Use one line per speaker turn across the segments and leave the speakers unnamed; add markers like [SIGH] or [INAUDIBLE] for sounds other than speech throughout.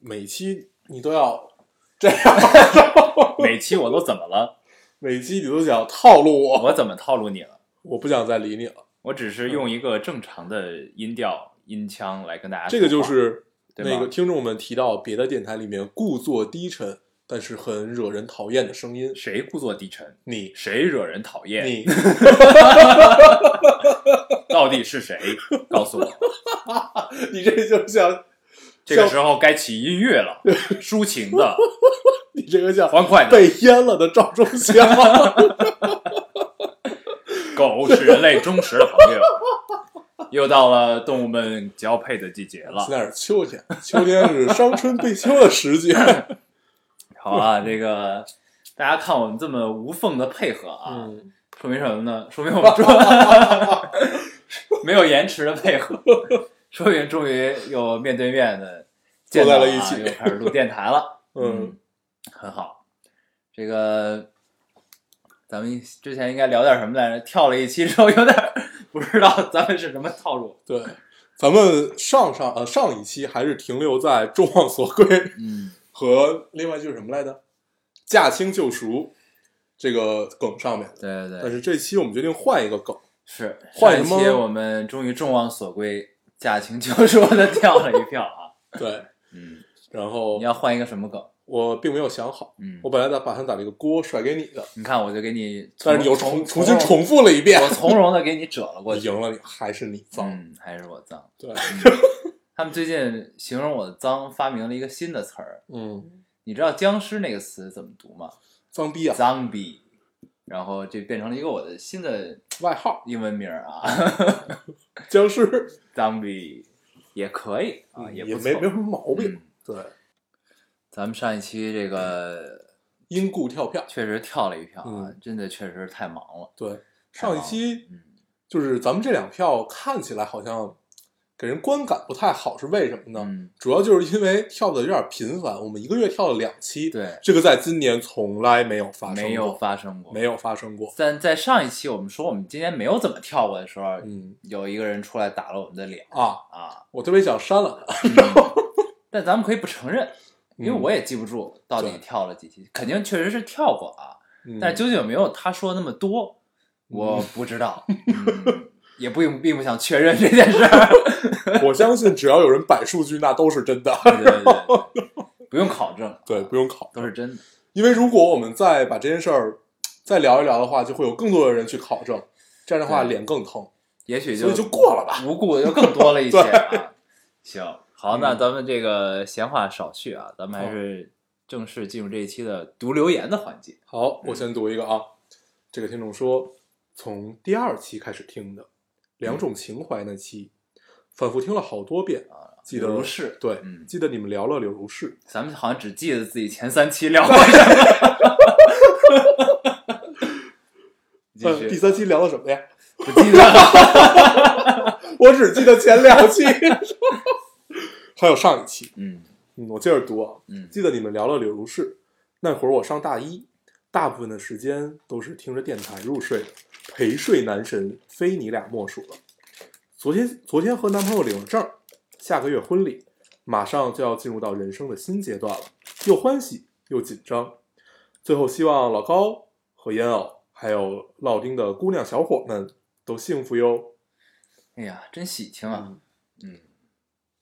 每期你都要这样，
每期我都怎么了？
[LAUGHS] 每期你都想套路我，
我怎么套路你了？
我不想再理你了。
我只是用一个正常的音调、音腔来跟大家哎说话。
这个就是
对吧
那个听众们提到别的电台里面故作低沉，但是很惹人讨厌的声音。
谁故作低沉，
你
谁惹人讨厌，
你
[LAUGHS] 到底是
[LAUGHS]
谁？告诉我。
你这就像
这个时候该起音乐
[LAUGHS]
了，抒情的、
你这个像
欢快的。
被淹了的赵忠
[LAUGHS]
祥，
狗是人类忠实的朋友。又到了动物们交配的季节了
现。在是秋天，秋天是伤春悲秋的
[LAUGHS]
时节。
啊好啊，这个大家看我们这么无缝的配合啊，
嗯，
说明什么呢？说明我们终 [LAUGHS] 没有延迟的配合，说明终于又面对面的见到
坐
啊
在了一起
又开始录电台了。
嗯，
很好。这个咱们之前应该聊点什么来着？跳了一期之后有点儿不知道咱们是什么套路。
对，咱们上上呃上一期还是停留在众望所归。
嗯，
和另外一句是什么来着？驾轻就熟这个梗上面。
对对
但
对，
是这期我们决定换一个梗，
是
换
上一
什么
期我们终于众望所归，驾轻就熟的跳了一票啊。
对，
嗯。
然后
你要换一个什么梗？
我并没有想好，
嗯
我本来打打算把这个锅甩给你的，
你看，我就给你从，
但是你又重
重
重新
重
重复了一遍
容，，我从容的给你折了过
我 [LAUGHS]
去。
赢了你，还是你脏，
嗯，还是我脏。
[LAUGHS]
嗯
对，
他们最近形容我的脏，发明了一个新的词儿。
嗯，
你知道僵尸那个词怎么读吗
脏逼啊，
？Zombie。然后这变成了一个我的新的
外号
英文名儿啊
[LAUGHS] 僵尸，
，Zombie 也可以啊，
嗯也
不错。
没没什么毛病，
嗯
对，
咱们上一期这个
因故跳票，
确实跳了一票啊，
嗯
真的确实太忙了。
对，上一期
嗯，
就是咱们这两票看起来好像给人观感不太好，是为什么呢？
嗯
主要就是因为跳的有点频繁，我们一个月跳了两期，
对，
这个在今年从来没有发生
没
过，
有发生过，
没有发生过，
但在上一期我们说我们今天没有怎么跳过的时候，
嗯
有一个人出来打了我们的脸
啊， [LAUGHS]
啊，嗯
我特别想删了它，
但咱们可以不承认，因为
嗯
我也记不住到底
对
跳了几期，肯定确实是跳过啊，
嗯、
但是究竟有没有他说的那么多，我不知道，嗯也不用并不想确认这件事儿，
我相信只要有人摆数据，那都是
[LAUGHS]
真的，
对对对对，不用考证，啊
对，不用考，
都是真的，
因为如果我们再把这件事儿再聊一聊的话，就会有更多的人去考证，这样的话
对
脸更疼，
也许
所以就过了吧，
无故就更多了一些
[LAUGHS] 对
啊。行，好，那
嗯
咱们这个闲话少叙啊，咱们还是正式进入这一期的读留言的环节。
好，
嗯
我先读一个啊。这个听众说，从第二期开始听的《
嗯
两种情怀》那期，反复听了好多遍
啊。
记得
柳如是
对，
嗯
记得你们聊了柳如是，
咱们好像只记得自己前三期聊
[LAUGHS]
过什么。继
呃，第
续
三期聊了什么呀？ [LAUGHS]
不记得了。
我只记得前两期， [LAUGHS] 还有上一期。
嗯
嗯，我接着读啊。
嗯
记得你们聊了柳如是，那会儿我上大一，大部分的时间都是听着电台入睡的，陪睡男神非你俩莫属了。昨天昨天和男朋友领了证儿，下个月婚礼，马上就要进入到人生的新阶段了，又欢喜又紧张。最后希望老高和烟偶还有烙丁的姑娘小伙们都幸福哟，
哎呀，真喜庆啊！嗯，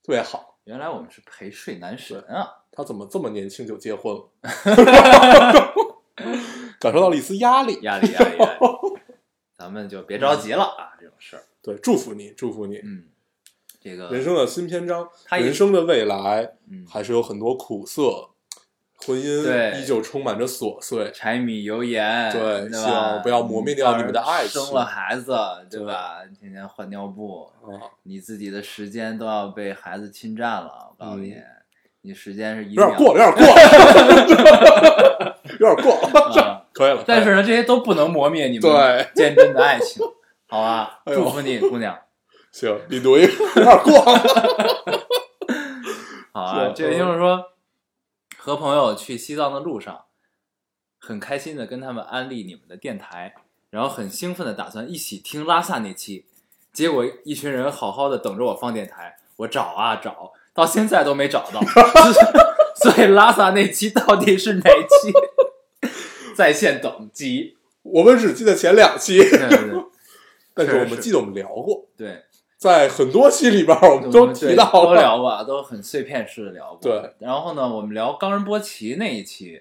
特别好。
原来我们是陪睡男神啊。
他怎么这么年轻就结 [LAUGHS] 婚了？感受到了一丝压力。
压力压力
[LAUGHS]
压力，咱们就别着急了啊，这种事儿。
对，祝福你，祝福你，
嗯，这个
人生的新篇章，
他也
人生的未来
嗯
还是有很多苦涩，
对
婚姻依旧充满着琐碎。
柴米油盐，
对
吧嗯
希望不要磨灭掉你们的爱情
生了孩子，对吧？天天换尿布，
啊，
你自己的时间都要被孩子侵占了。我告诉你，你时间是一
嗯
秒
有点过了，有点过了， [LAUGHS] 有点过了，
啊。
可以了。
但是呢，这些都不能磨灭你们
对
坚贞的爱情，好吧？
[LAUGHS] 哎呦
祝福你，姑娘。
行，你读一个，有点过了。
好啊，
是
这位听众说，和朋友去西藏的路上，很开心的跟他们安利你们的电台，然后很兴奋的打算一起听拉萨那期，结果一群人好好的等着我放电台，我找啊找，到现在都没找到， [LAUGHS] 所以所以拉萨那期到底是哪期？ [LAUGHS] 在线等
[LAUGHS]
急，
我们只记得前两期，
对对对
但是我
是
们
是
记得我们聊过，
对。
在很多期里边我们都提到
都
了。
聊过，啊都很碎片式的聊过。
对，
然后呢，我们聊冈仁波齐那一期，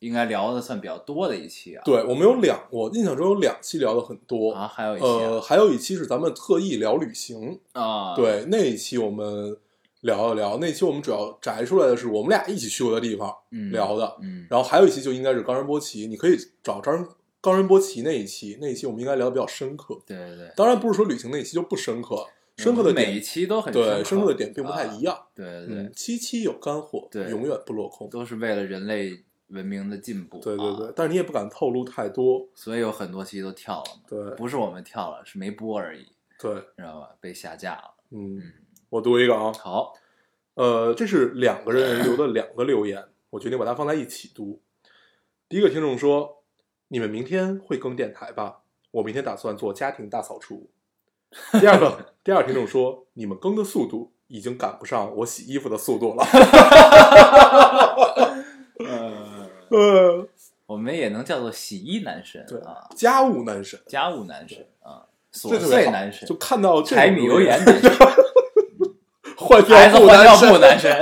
应该聊的算比较多的一期啊。
对，我们有两，我印象中有两期聊的很多。
啊，还有一期
呃，还有一期是咱们特意聊旅行，
啊，啊，
对，那一期我们聊一聊，那期我们主要摘出来的是我们俩一起去过的地方
嗯
聊的，
嗯，
然后还有一期就应该是冈仁波齐，你可以找冈冈仁波齐那一期，那一期我们应该聊的比较深刻。
对对对，
当然不是说旅行那一期就不深刻，深刻的
每一
点
期都很
对
深
深刻的点并不太一
样。
样。
对对对
嗯，，七期有干货，
对
永远不落空。
都是为了人类文明的进步。
对对
啊，
对，但是你也不敢透露太多。
所以有很多期都跳了嘛。
对
不是我们跳了，是没播而已，
对，
知道吧？被下架了。
嗯
嗯，
我读一个啊，
好，
呃，这是两个人留的两个留言，我决定把它放在一起读。第一个听众说：“你们明天会更电台吧？我明天打算做家庭大扫除。”第二个，第二个听众说：“你们更的速度已经赶不上我洗衣服的速度了。
呃，”
呃，
我们也能叫做洗衣男神
对
啊，，
家务男神，
家务男神啊，琐
这特别
碎
好
男神
就，看到这种
柴米油
留
盐男神， [LAUGHS]
换
孩子
布
换尿
男神
布，男神，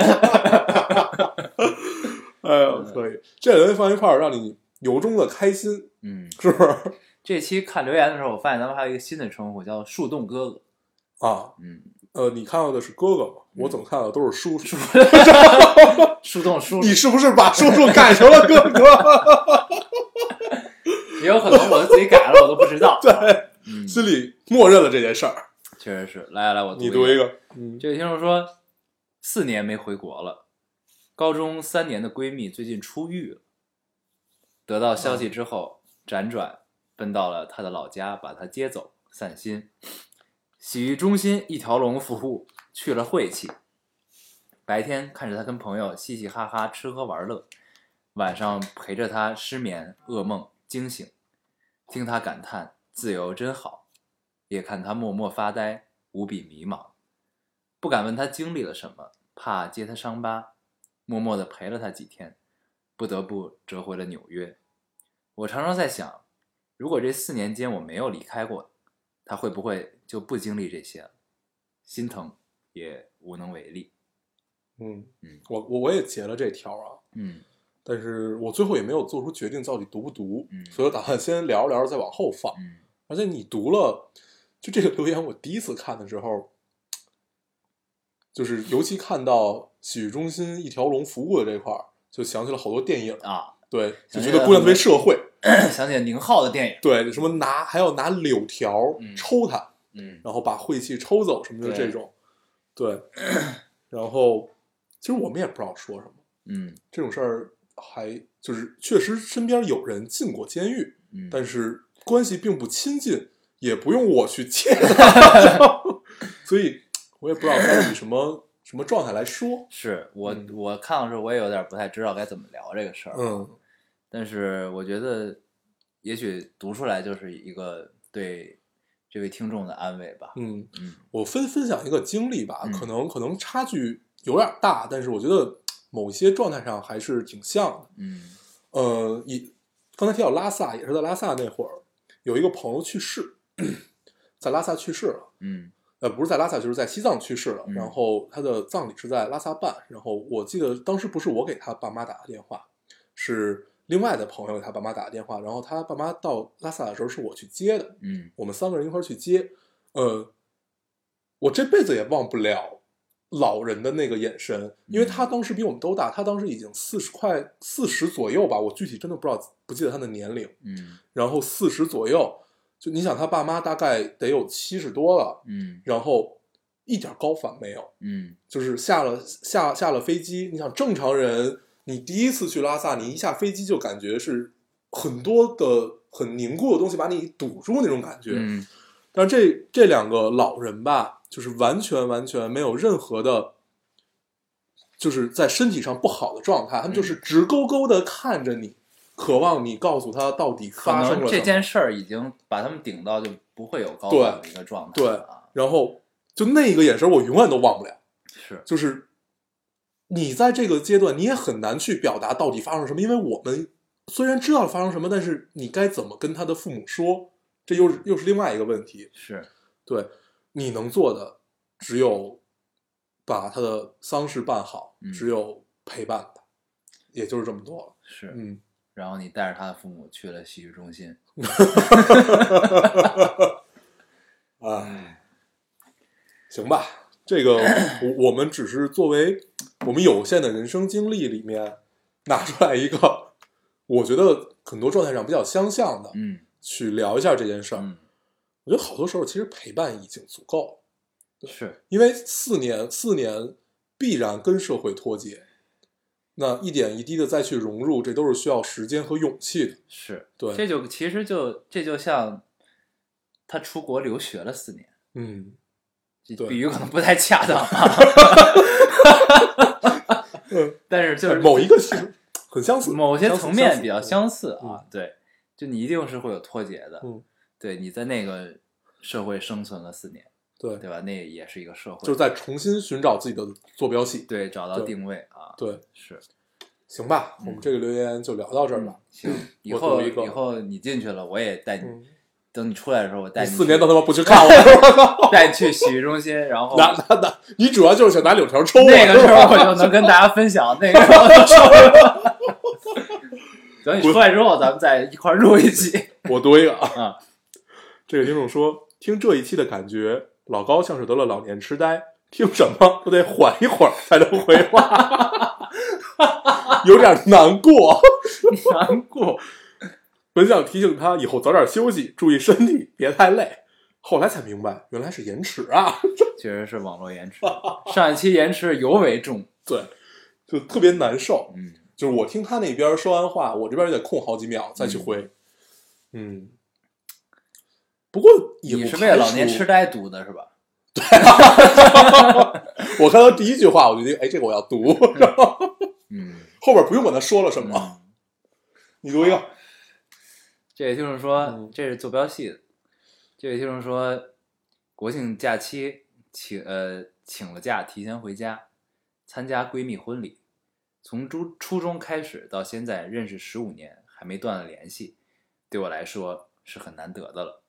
[LAUGHS]
哎呦，可以，这两个人放一块儿，让你由衷的开心，
嗯，
是不是？
这期看留言的时候，我发现咱们还有一个新的称呼叫“树洞哥哥
啊”，，
嗯，
呃，你看到的是哥哥嘛？我怎么看到的都是叔叔？
[LAUGHS] 树洞叔，
[LAUGHS] 你是不是把叔叔改成了哥哥？ [LAUGHS]
也有可能我自己改了，我都不知 [LAUGHS] 道。
对，
嗯，
心里默认了这件事儿。
确实是。来来来，我
你
读
读
一
一
个。
个，嗯，
这位听众说，四年没回国了，高中三年的闺蜜最近出狱了，得到消息之后，辗转奔到了她的老家，把她接走散心。洗浴中心一条龙服务，去了晦气。白天看着她跟朋友嘻嘻哈哈吃喝玩乐，晚上陪着她失眠、噩梦、惊醒，听她感叹自由真好，也看她默默发呆，无比迷茫。不敢问他经历了什么，怕揭他伤疤，默默地陪了他几天，不得不折回了纽约。我常常在想，如果这四年间我没有离开过，他会不会就不经历这些了？心疼，也无能为力。
嗯
嗯
我我我也截了这条啊，
嗯
但是我最后也没有做出决定，到底读不读
嗯，
所以我打算先聊着聊着再往后放。
嗯
而且你读了，就这个留言，我第一次看的时候，就是尤其看到洗浴中心一条龙服务的这块儿，就想起了好多电影，
啊，
对，就
想
觉
起
得
了
姑
很
娘特
多
别社会，
想起了宁浩的电影。
对，什么拿还要拿柳条
嗯
抽它，
嗯
然后把晦气抽走什么的
对
这种，对， [CLEARS THROAT] 然后其实我们也不知道说什么，
嗯
这种事儿还就是确实身边有人进过监狱，
嗯，
但是关系并不亲近，也不用我去接他， [LAUGHS] 所以我也不知道该以什么什么状态来说。
是我
嗯
我看到的时候，我也有点不太知道该怎么聊这个事儿。
嗯，
但是我觉得，也许读出来就是一个对这位听众的安慰吧。
嗯，
嗯
我分分享一个经历吧，
嗯
可能可能差距有点大，但是我觉得某些状态上还是挺像的。
嗯
呃，也刚才提到拉萨，也是在拉萨那会儿，有一个朋友去世， [CLEARS THROAT] 在拉萨去世了。
嗯
呃，不是在拉萨，就是在西藏去世了。
嗯
然后他的葬礼是在拉萨办。然后我记得当时不是我给他爸妈打的电话，是另外的朋友给他爸妈打的电话。然后他爸妈到拉萨的时候是我去接的，
嗯
我们三个人一块儿去接。呃，我这辈子也忘不了老人的那个眼神，因为他当时比我们都大，他当时已经四十快四十左右吧，我具体真的不知道不记得他的年龄。
嗯
然后四十左右，就你想他爸妈大概得有七十多了，
嗯
然后一点高反没有，
嗯
就是下了下下了飞机，你想正常人，你第一次去拉萨，你一下飞机就感觉是很多的很凝固的东西把你堵住那种感觉，
嗯
但是这这两个老人吧，就是完全完全没有任何的，就是在身体上不好的状态，他们就是
嗯
直勾勾的看着你，渴望你告诉他到底
可
发生
能
了
这
什么。
件事儿已经把他们顶到就不会有高反的一个状态
对
了啊，
然后就那个眼神，我永远都忘不了。
是
就是你在这个阶段，你也很难去表达到底发生什么，因为我们虽然知道发生什么，但是你该怎么跟他的父母说，这又是又是另外一个问题。
是，
对，你能做的只有把他的丧事办好，
嗯
只有陪伴他，也就是这么多了。
是，
嗯，
然后你带着他的父母去了洗浴中心，
啊，行吧，
[LAUGHS]
这个我我们只是作为我们有限的人生经历里面拿出来一个，我觉得很多状态上比较相像的，
嗯
去聊一下这件事儿。
嗯，
我觉得好多时候其实陪伴已经足够了。
是
因为四年四年必然跟社会脱节，那一点一滴的再去融入，这都是需要时间和勇气的。
是，
对
这就其实就这就像他出国留学了四年，
嗯，
这
对
比喻可能不太恰当啊，
[LAUGHS]
但是 [LAUGHS] 就是
哎 [LAUGHS] 某一个其实很相似，
某些层面比较
似。嗯
相似啊，对，就你一定是会有脱节的，
嗯，
对，你在那个社会生存了四年，
对，
对吧？那也是一个社会，
就是在重新寻找自己的坐标系。
对找到
对
定位啊，
对，
是，
行吧，
嗯
我们这个留言就聊到这儿吧。
行，以
我
后
读一个
以后你进去了，我也带你，
嗯，
等你出来的时候，我带
你
你
四
去
年都他妈不去
[LAUGHS]
看我，
带你去洗浴中心，然后
[LAUGHS] 拿拿拿，你主要就是想拿柳条抽我，
那个
是
时
吧
候我就能跟大家分享那个时候的事儿。 [LAUGHS] 等你出来之后，咱们再一块儿录一期。
[LAUGHS] 我读一个
啊，
这个听众说，听这一期的感觉，老高像是得了老年痴呆，听什么都得缓一会儿才能回话，有点难过。
[LAUGHS] 难过，
本想提醒他以后早点休息，注意身体，别太累。后来才明白，原来是延迟啊！ [LAUGHS]
确实是网络延迟。上一期延迟尤为重，
对，就特别难受。
嗯，
就是我听他那边说完话，我这边就得空好几秒再去回。嗯，不过也不
你是为了老年
排除
痴呆读的是吧？
我看到第一句话，我就觉得，哎，这个我要读，然后
嗯，
[LAUGHS] 后边不用管他说了什么，
嗯
你读一个。
这位听众说
嗯
这是坐标系的。这位听众说，国庆假期请呃请了假，提前回家参加闺蜜婚礼。从初初中开始到现在认识十五年，还没断了联系，对我来说是很难得的了。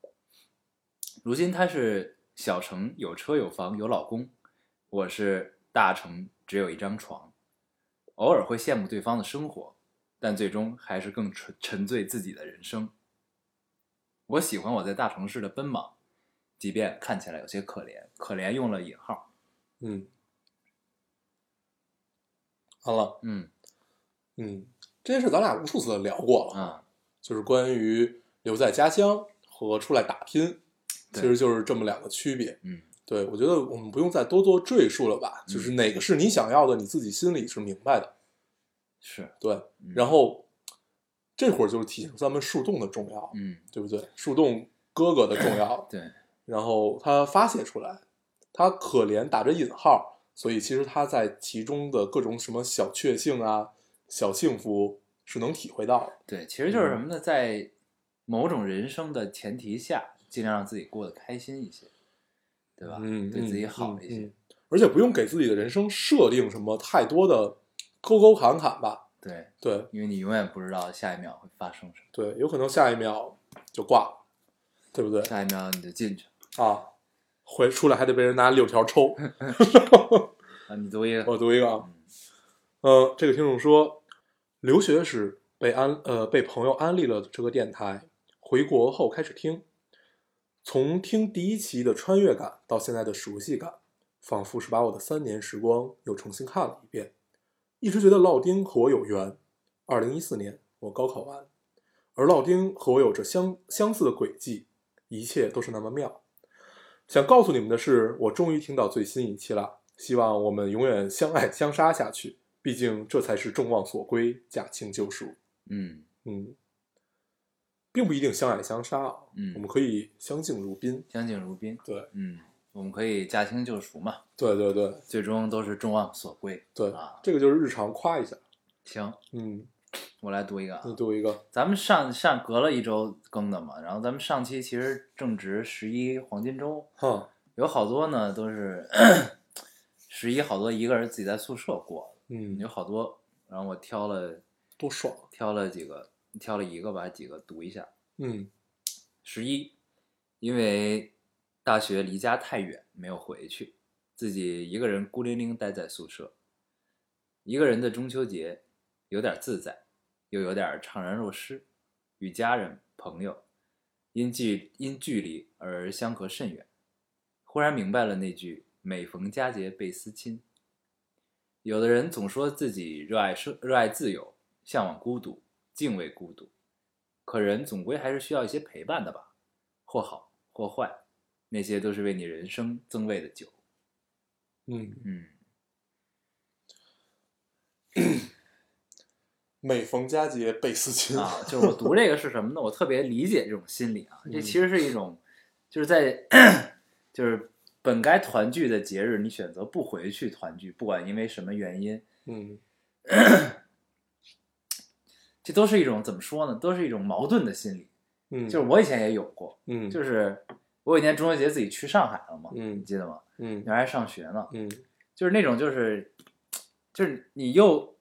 如今她是小城，有车有房有老公，我是大城，只有一张床。偶尔会羡慕对方的生活，但最终还是更沉沉醉自己的人生。我喜欢我在大城市的奔忙，即便看起来有些可怜，可怜用了引号。
嗯，完了，
嗯
嗯，这件事咱俩无数次地聊过了，
啊，
就是关于留在家乡和出来打拼，其
对
实就是这么两个区别。
嗯
对，我觉得我们不用再多做赘述了吧，
嗯
就是哪个是你想要的，你自己心里是明白的。
是，
对，
嗯
然后这会儿就是体现出咱们树洞的重要，
嗯
对不对？树洞哥哥的重要，
对，
然后他发泄出来，他可怜打着引号，所以其实他在其中的各种什么小确幸啊、小幸福是能体会到的。
对，其实就是什么
嗯
呢，在某种人生的前提下，尽量让自己过得开心一些，对吧？嗯对自己好一些。
嗯嗯而且不用给自己的人生设定什么太多的沟沟坎坎吧。
对，
对
因为你永远不知道下一秒会发生什么，
对，有可能下一秒就挂了，对不对？
下一秒你就进去了
啊，回出来还得被人拿柳条抽。
啊，你读一个，
我读一个啊，呃，这个听众说，留学时被安呃被朋友安利了这个电台，回国后开始听，从听第一期的穿越感到现在的熟悉感，仿佛是把我的三年时光又重新看了一遍，一直觉得烙丁和我有缘。二零一四年我高考完，而烙丁和我有着相相似的轨迹，一切都是那么妙。想告诉你们的是，我终于听到最新一期了。希望我们永远相爱相杀下去，毕竟这才是众望所归，驾轻就熟。
嗯
嗯，并不一定相爱相杀啊，
嗯
我们可以相敬如宾。
相敬如宾。
对，
嗯，我们可以驾轻就熟嘛，
对对对
最终都是众望所归。
对
啊，
这个就是日常夸一下。
行，
嗯，
我来读一个啊
你，读一个，
咱们上上隔了一周更的嘛，然后咱们上期其实正值十一黄金周，
哈，
有好多呢都是十一好多一个人自己在宿舍过，
嗯，
有好多，然后我挑了
多爽。啊
挑了几个，挑了一个吧，几个读一下。
嗯
十一，因为大学离家太远，没有回去，自己一个人孤零零待在宿舍。一个人的中秋节，有点自在，又有点怅然若失，与家人朋友因距因距离而相隔甚远。忽然明白了那句“每逢佳节倍思亲”。有的人总说自己热爱生热爱自由，向往孤独，敬畏孤独，可人总归还是需要一些陪伴的吧，或好或坏，那些都是为你人生增味的酒。
嗯，
嗯，
每逢佳节倍思亲
啊，就是我读这个是什么呢？我特别理解这种心理啊，这
嗯
其实是一种，就是在就是本该团聚的节日，你选择不回去团聚，不管因为什么原因，
嗯
这都是一种怎么说呢？都是一种矛盾的心理。
嗯，
就是我以前也有过，
嗯
就是我有一年中秋节自己去上海了嘛，
嗯
你记得吗？
嗯
你还上学呢，
嗯
就是那种就是就是你又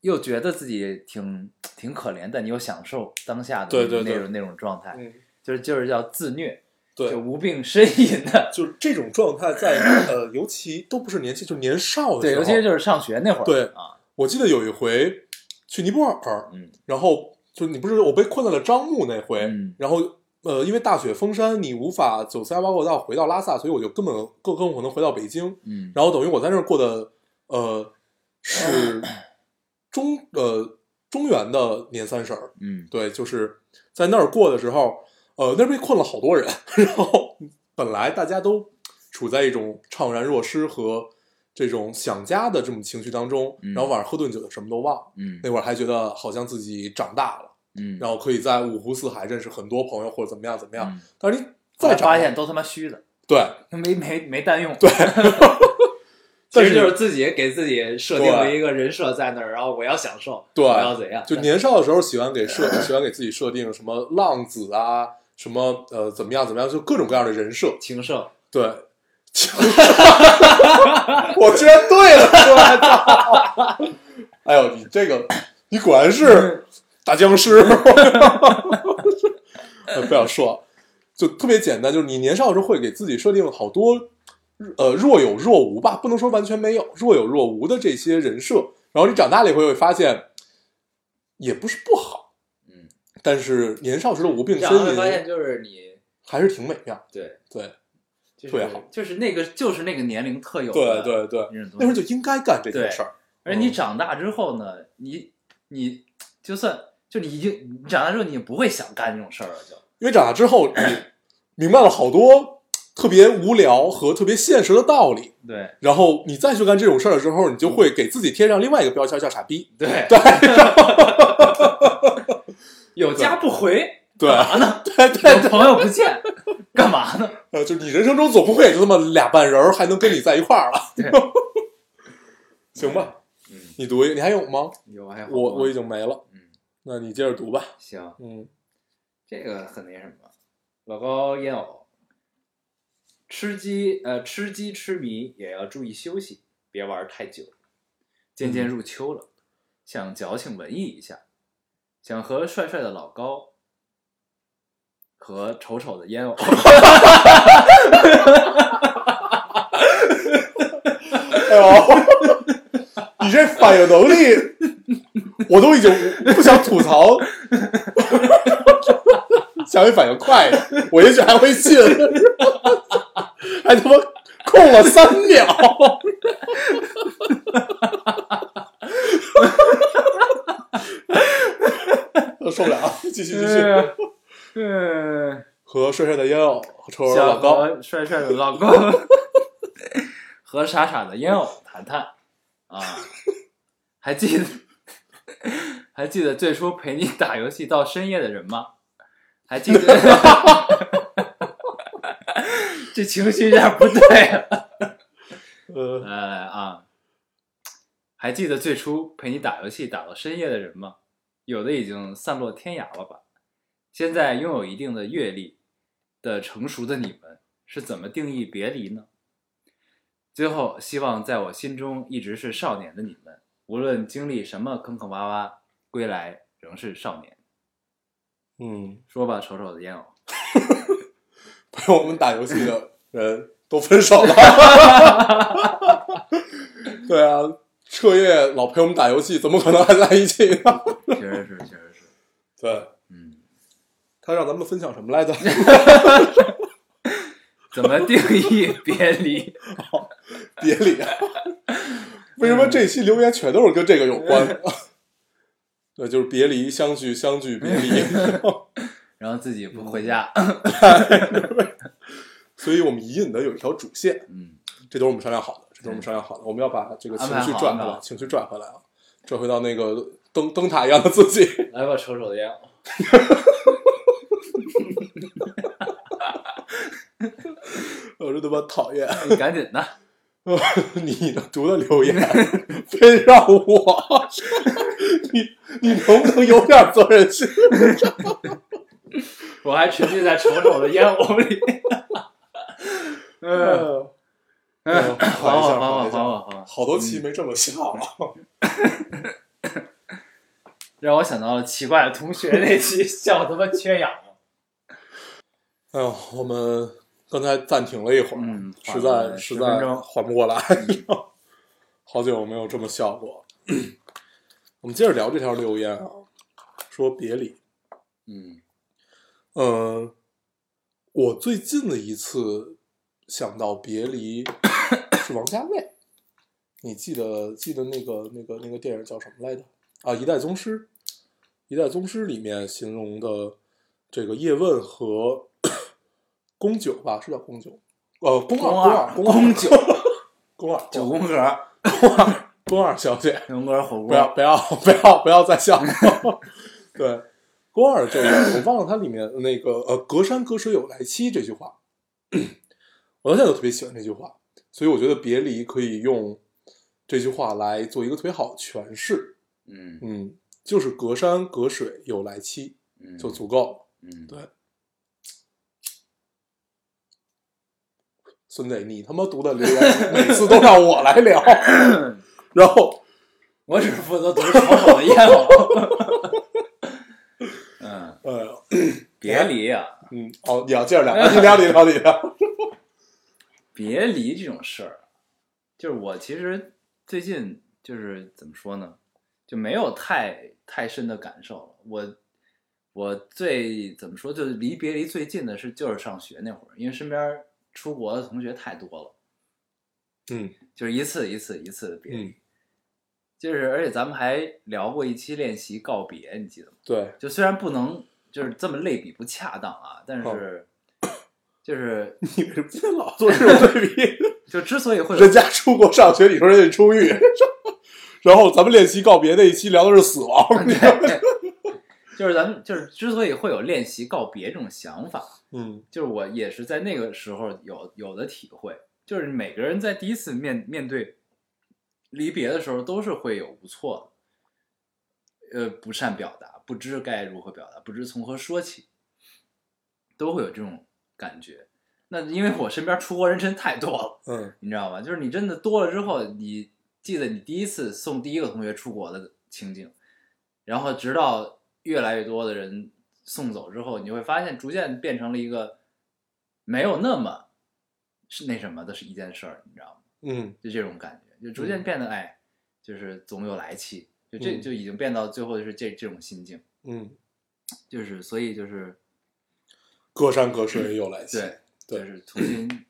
又觉得自己挺挺可怜的，你又享受当下的
对对
那
对
种那种状态，
嗯，
就是就是叫自虐，就
对，
无病呻吟的。
就是这种状
[COUGHS]
态在呃，尤其都不是年轻，就是年少的
对，
时
尤
候。
其是就是上学那会儿，
对
啊，
我记得有一回去尼泊尔，
嗯
然后就是你不是我被困在了樟木那回，
嗯
然后呃，因为大雪封山，你无法走三八国道回到拉萨，所以我就根本更更可能回到北京。
嗯，
然后等于我在那儿过的呃
[COUGHS]
是中呃中原的年三十儿，
嗯
对，就是在那儿过的时候，呃，那儿被困了好多人，然后本来大家都处在一种怅然若失和这种想家的这种情绪当中，
嗯
然后晚上喝顿酒，什么都忘了。
嗯
那会儿还觉得好像自己长大了，
嗯，
然后可以在五湖四海认识很多朋友或者怎么样怎么样。
嗯
但是你
后
再
来
长
发现都他妈虚的，
对
没没没蛋用。对。其
但
实
是
就是自己给自己设定了
对
一个人设在那儿，然后我要享受，
对
我要怎样？
就年少的时候喜欢给设喜欢给自己设定什么浪子啊，什么呃怎么样怎么样，就各种各样的人设。
情圣，
对， [LAUGHS] 我居然对了，我操！哎呦，你这个，你果然是大僵尸。
嗯
[LAUGHS] 呃不想说，就特别简单，就是你年少的时候会给自己设定好多，呃，若有若无吧，不能说完全没有，若有若无的这些人设。然后你长大了以后会发现，也不是不好，
嗯，
但是年少时的无病
然后会发
呻
现
吟
就是你
还是挺美妙。
对，
对，
就是
特别好，
就是那个就是那个年龄特有
对
的
对对，
那种
那时
东
候
西。
就应该干这件
对
事儿。
而你长大之后呢，你你就算就你已经你长大之后，你也不会想干这种事儿了，就
因为长大之后，你明白了好多特别无聊和特别现实的道理，
对
然后你再去干这种事儿的时候，你就会给自己贴上另外一个标签，叫傻逼。
对
对
[LAUGHS] 有家不回，
对
干嘛呢？
对对
有朋友不见，干嘛呢？
呃，就是你人生中总不会也就这么俩半人儿还能跟你在一块儿了
对。
[LAUGHS] 行吧，
嗯
你读一个，你还有吗？
有还好吗
我我已经没了，
嗯
那你接着读吧。
行，
嗯
这个很那什么，老高烟偶，吃鸡呃吃鸡痴迷也要注意休息，别玩太久。渐
嗯
渐入秋了，想矫情文艺一下，想和帅帅的老高和丑丑的烟偶 [LAUGHS]
哎呦，你这反应能力，我都已经不想吐槽。下回反应快一点，我也许还会信。还他妈空了三秒。我受不了，继续继续。
呃，
哎
哎
和帅帅的烟偶和丑和老
想
高，
和帅帅的老
[LAUGHS]
高，和傻傻的烟偶谈谈啊，还记得还记得最初陪你打游戏到深夜的人吗？还
[LAUGHS]
记得？这情绪有点不对、啊。
呃，
来来啊，还记得最初陪你打游戏打到深夜的人吗？有的已经散落天涯了吧？现在拥有一定的阅历的成熟的你们，是怎么定义别离呢？最后，希望在我心中一直是少年的你们，无论经历什么坑坑洼洼，归来仍是少年。
嗯，
说吧，丑丑的烟偶，
陪 [LAUGHS] 我们打游戏的人都分手
[LAUGHS]
了。对啊，彻夜老陪我们打游戏，怎么可能还在一起呢？
[LAUGHS] 确实是，确实是，
对
嗯，
他让咱们分享什么来着？ [LAUGHS]
怎么定义别离？
别
[LAUGHS]
理啊！为什么这期留言全都是跟这个有关？
嗯
[LAUGHS] 对，就是别离，相聚，相聚，别
[LAUGHS]
离。
然后自己不回家，
所以我们隐隐的有一条主线，
嗯，
这都是我们商量好的，这都是我们商量好的，我们要把这个情绪
安排好
转
安
回
排
来，
好
情绪转回来啊，转回到那个灯灯塔一样的自己。
来吧，丑丑的烟偶，
我说他妈讨厌， [LAUGHS]
你赶紧的，
你能读的留言，非让我， [LAUGHS] 你你能不能有点责任心？
我还沉浸在丑丑的烟雾 [LAUGHS] 里。 [LAUGHS] 嗯，
嗯，
嗯
缓一下，
还我，还我，
缓一下
还我，还我，
好多期没这么笑了。
让我想到了奇怪的同学那期，笑他妈缺氧了。
哎呦，我们刚才暂停了一会儿，
嗯
实
缓了
在实
10
在
分钟嗯
缓不过来， [LAUGHS] 好久没有这么笑过。 [COUGHS] 我们接着聊这条留言啊，说别理。
嗯
嗯，我最近的一次想到别离是王家卫，你记得记得那个那个那个电影叫什么来着？啊，《一代宗师》，《一代宗师》里面形容的这个叶问和宫九吧，是叫宫九，呃，宫二宫二宫九宫
[LAUGHS]
二
九宫格，
宫二小姐，
九宫格火
不要
锅，
不要不要不要再笑。对，郭二这个我忘了它里面那个呃“隔山隔水有来期”这句话，我到现在都特别喜欢这句话，所以我觉得别离可以用这句话来做一个特别好的诠释。
嗯
嗯，就是隔山隔水有来期
嗯，
就足够了。
嗯，
对，孙子，你他妈读的留言每次都让我来聊， [LAUGHS] 然后。
嗯我只负责读丑丑的烟雾。 [LAUGHS] 嗯，
呃，
别离啊，
嗯，哦，你要接着聊，你聊，你聊，你聊。
别离这种事儿，就是我其实最近就是怎么说呢，就没有太太深的感受了。我我最怎么说，就是离别离最近的是就是上学那会儿，因为身边出国的同学太多了，
嗯
就是一次一次一次的别离。
嗯，
就是而且咱们还聊过一期练习告别，你记得吗？
对，
就虽然不能就是这么类比不恰当啊，但是就是
[LAUGHS] 你为什么今天老做这种对比？
就之所以会有
人家出国上学，你说人家出狱， [LAUGHS] 然后咱们练习告别那一期聊的是死亡，
[LAUGHS] 就是咱们就是之所以会有练习告别这种想法，
嗯
就是我也是在那个时候有有的体会，就是每个人在第一次面面对离别的时候，都是会有无措的，呃，不善表达，不知该如何表达，不知从何说起，都会有这种感觉。那因为我身边出国人真太多了，
嗯
你知道吗？就是你真的多了之后，你记得你第一次送第一个同学出国的情景，然后直到越来越多的人送走之后，你就会发现逐渐变成了一个没有那么是那什么的是一件事儿，你知道吗？
嗯
就这种感觉，就逐渐变得、哎，就是总有来气，就这
嗯
就已经变到最后就是这这种心境，
嗯，
就是所以就是
隔山隔水有来期。
对，
对
就是重新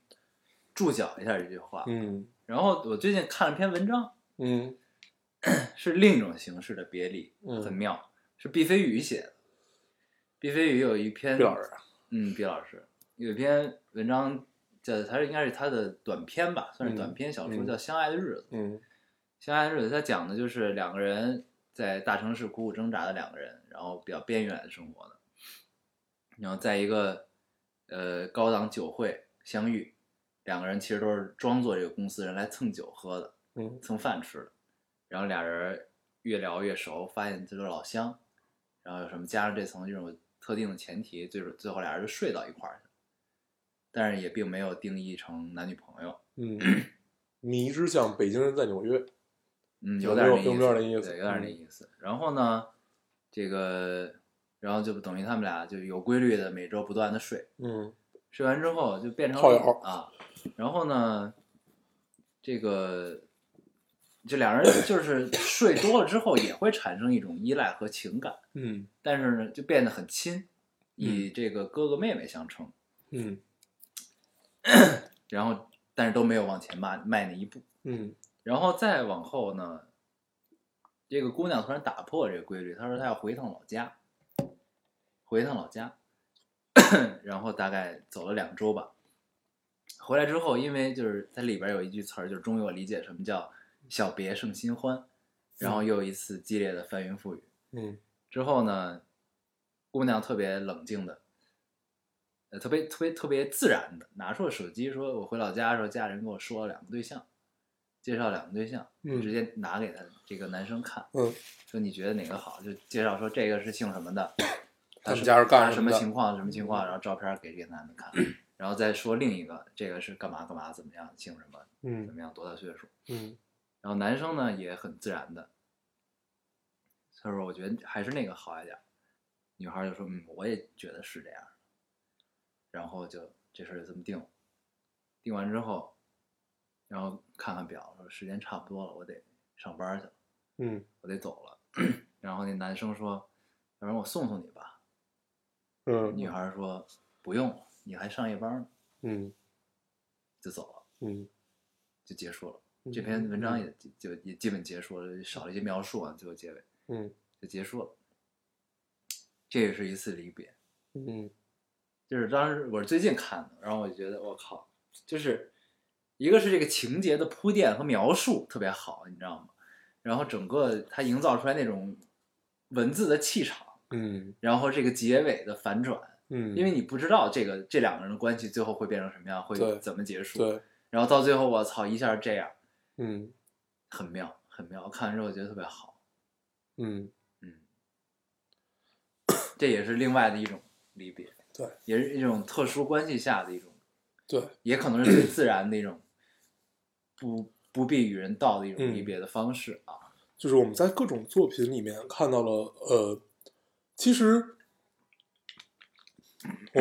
注脚一下这句话。
嗯
然后我最近看了篇文章。
嗯
是另一种形式的别离，
嗯
很妙，是毕飞宇写的。毕飞宇有一篇，
毕老师，啊
嗯，毕老师有一篇文章叫他是应该是他的短篇吧，算是短篇小说，
嗯
叫《相爱的日子》。
嗯
相爱的日子，它讲的就是两个人在大城市苦苦挣扎的两个人，然后比较边缘生活的，然后在一个呃高档酒会相遇，两个人其实都是装作这个公司人来蹭酒喝的，
嗯
蹭饭吃的，然后俩人越聊越熟，发现这都是老乡，然后有什么加上这层这种特定的前提，最最后俩人就睡到一块儿去了，但是也并没有定义成男女朋友，
嗯，你一直像北京人在纽约，
嗯，
有
有点儿
没
那
有有没有那
意
意
思，
思
对，有点儿那
嗯
意思。然后呢，这个，然后就等于他们俩就有规律的每周不断的睡，
嗯
睡完之后就变成
炮友
啊。然后呢，这个这两人就是 [COUGHS] 睡多了之后也会产生一种依赖和情感，
嗯
但是呢就变得很亲，以这个哥哥妹妹相称。
嗯
然后但是都没有往前迈迈那一步。
嗯
然后再往后呢，这个姑娘突然打破这个规律，她说她要回一趟老家，回一趟老家，然后大概走了两周吧。回来之后，因为就是它里边有一句词儿，就是终于我理解什么叫“小别胜新欢”，然后又一次激烈的翻云覆雨。
嗯
之后呢，姑娘特别冷静的，呃，特别特别特别自然的拿出了手机，说我回老家的时候，家人跟我说了两个对象，介绍两个对象，
嗯
直接拿给他这个男生看，
嗯，
说你觉得哪个好，就介绍说这个是姓什么的，
他们
是
家是干
他
什
什么
么的
情况什么情况，然后照片给这个男的
[CLEARS THROAT]
看，然后再说另一个这个是干嘛干嘛怎么样，姓什么怎
嗯
么样，多大岁数。
嗯
然后男生呢也很自然的，他说：“我觉得还是那个好一点儿。”女孩就说：“嗯，我也觉得是这样。”然后就这事儿就这么定了。定完之后，然后看看表，说时间差不多了，我得上班去了，
嗯
我得走了。 [CLEARS THROAT] 然后那男生说：“要不然我送送你吧。”女
嗯
孩说：“不用了，你还上夜班呢。
嗯”
就走了，
嗯，
就结束了。这篇文章也就也基本结束了，少了一些描述啊，最后结尾。
嗯
就结束了。这也是一次离别，
嗯
就是当时我是最近看的，然后我就觉得我靠，就是一个是这个情节的铺垫和描述特别好，你知道吗？然后整个它营造出来那种文字的气场，
嗯
然后这个结尾的反转，
嗯，
因为你不知道这个这两个人的关系最后会变成什么样，
对
会怎么结束，
对，
然后到最后我操一下这样，
嗯
很妙很妙，看完之后觉得特别好，
嗯
嗯，这也是另外的一种离别。
对
也是一种特殊关系下的一种，
对，
也可能是最自然的一种，不不必与人道的一种离别的方式啊。
就是我们在各种作品里面看到了，呃，其实 我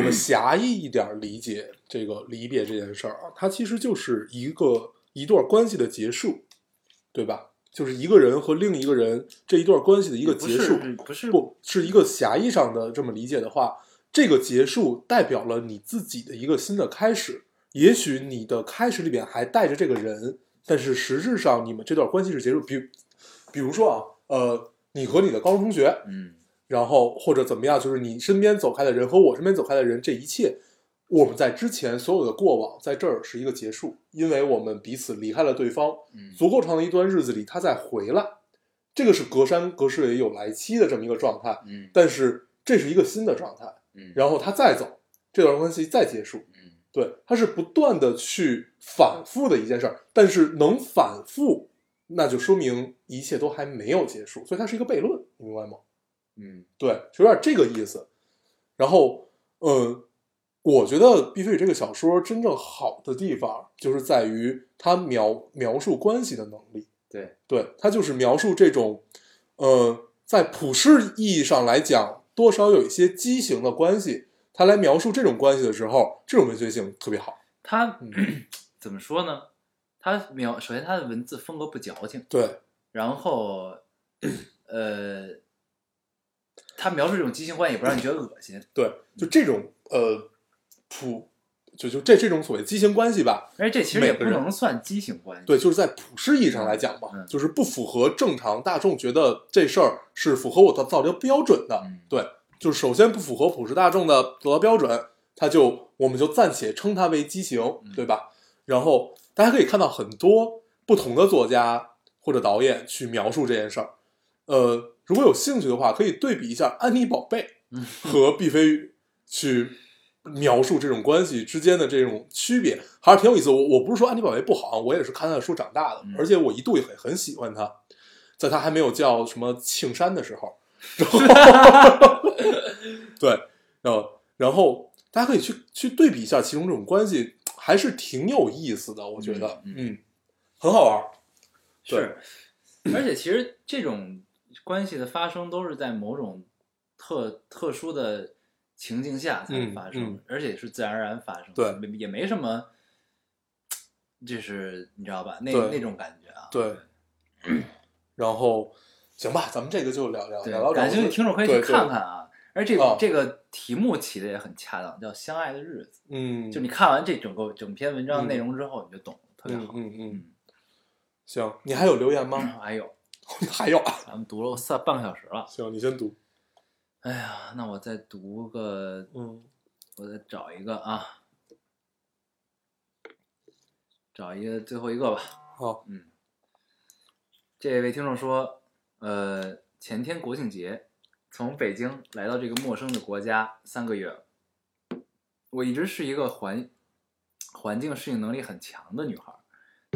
[CLEARS THROAT]
们狭义一点理解这个离别这件事儿啊，它其实就是一个一段关系的结束，对吧？就是一个人和另一个人这一段关系的一
一
个结束，
不是
不是一个狭义上的这么理解的话，这个结束代表了你自己的一个新的开始。也许你的开始里边还带着这个人，但是实质上你们这段关系是结束。比比如说啊，呃，你和你的高中同学，
嗯
然后或者怎么样，就是你身边走开的人和我身边走开的人，这一切，我们在之前所有的过往在这儿是一个结束，因为我们彼此离开了对方，
嗯
足够长的一段日子里，他再回来，这个是隔山隔水有来期的这么一个状态。
嗯
但是这是一个新的状态，
嗯，
然后他再走，这段关系再结束，
嗯
对，它是不断的去反复的一件事儿，但是能反复，那就说明一切都还没有结束，所以它是一个悖论，你明白吗？
嗯
对，就有点这个意思。然后，嗯，我觉得《毕飞宇》这个小说真正好的地方，就是在于它描描述关系的能力。
对，
对，它就是描述这种，呃，在普世意义上来讲，多少有一些畸形的关系。它来描述这种关系的时候，这种文学性特别好。
他 [CLEARS THROAT]
嗯
怎么说呢？他描首先他的文字风格不矫情，
对，
然后呃，他描述这种畸形关系也不让你觉得恶心，
对，就这种呃，普就就这这种所谓畸形关系吧，
而且这其实也
每
不
个人
能算畸形关系。
对，就是在普世意义上来讲嘛，
嗯
就是不符合正常大众觉得这事儿是符合我的道德标准的。
嗯
对，就是首先不符合普世大众的道德标准，它就我们就暂且称它为畸形，
嗯
对吧？然后大家可以看到很多不同的作家或者导演去描述这件事儿。呃，如果有兴趣的话，可以对比一下《安妮宝贝》
嗯
和《毕飞宇》去描述这种关系之间的这种区别，还是挺有意思。我我不是说《安妮宝贝》不好，啊我也是看她的书长大的
嗯，
而且我一度也很很喜欢她，在她还没有叫什么庆山的时候，
[LAUGHS]
对，然后然后大家可以去去对比一下其中这种关系，还是挺有意思的，我觉得，
嗯
嗯，很好玩儿。
是，而且其实这种关系的发生都是在某种特特殊的情境下才
嗯
发生，
嗯
而且是自然而然发生，
对
没，也没什么，就是你知道吧，那
对
那种感觉啊，
对，然后行吧，咱们这个就聊聊
对，
聊到这儿。
感兴趣的听
我觉得
众可以去
对对
看看啊。而这
哦
这个题目起的也很恰当，叫《相爱的日子》。
嗯，
就你看完这整个整篇文章
嗯
内容之后，你就懂了，特别
嗯
好。
嗯嗯，行，你还有留
[LAUGHS]
言吗？
还有，
还有啊，
咱们读了三半个小时了。
行，你先读。
哎呀，那我再读个，
嗯
我再找一个啊，找一个最后一个吧。
好，
嗯，这位听众说，呃，前天国庆节从北京来到这个陌生的国家三个月，我一直是一个环环境适应能力很强的女孩儿，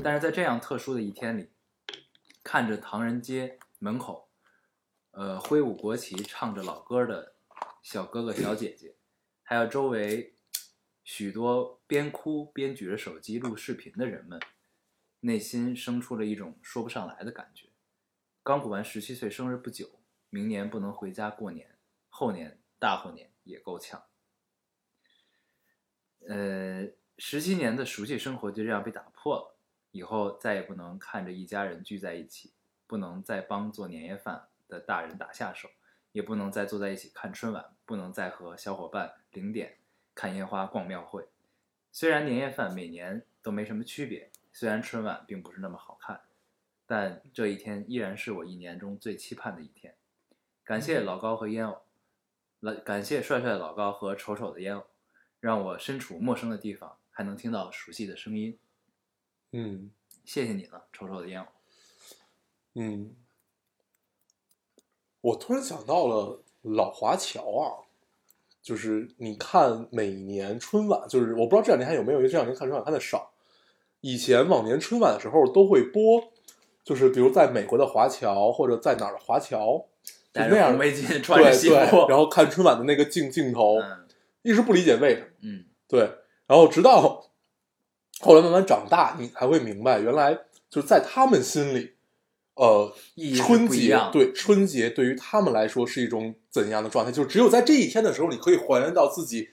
但是在这样特殊的一天里，看着唐人街门口，呃，挥舞国旗、唱着老歌的小哥哥小姐姐，还有周围许多边哭边举着手机录视频的人们，内心生出了一种说不上来的感觉。刚过完十七岁生日不久，明年不能回家过年，后年大后年也够呛。呃，十七年的熟悉生活就这样被打破了，以后再也不能看着一家人聚在一起，不能再帮做年夜饭的大人打下手，也不能再坐在一起看春晚，不能再和小伙伴零点看烟花、逛庙会。虽然年夜饭每年都没什么区别，虽然春晚并不是那么好看，但这一天依然是我一年中最期盼的一天。感谢老高和烟偶，来感谢帅帅的老高和丑丑的烟偶，让我身处陌生的地方还能听到熟悉的声音。
嗯
谢谢你了，丑丑的烟偶。
嗯，我突然想到了老华侨啊，就是你看每年春晚，就是我不知道这两年还有没有，因为这两年看春晚看的少。以前往年春晚的时候都会播，就是比如在美国的华侨或者在哪儿的华侨，就
戴
那
着
样
红围巾，穿着
对
西
对，
服，
然后看春晚的那个镜镜头，
嗯
一直不理解为什么。
嗯
对，然后直到后来慢慢长大，你才会明白，原来就是在他们心里，呃
意义，是
春
不一
节
样的
对春节对于他们来说是一种怎样的状态？就只有在这一天的时候，你可以还原到自己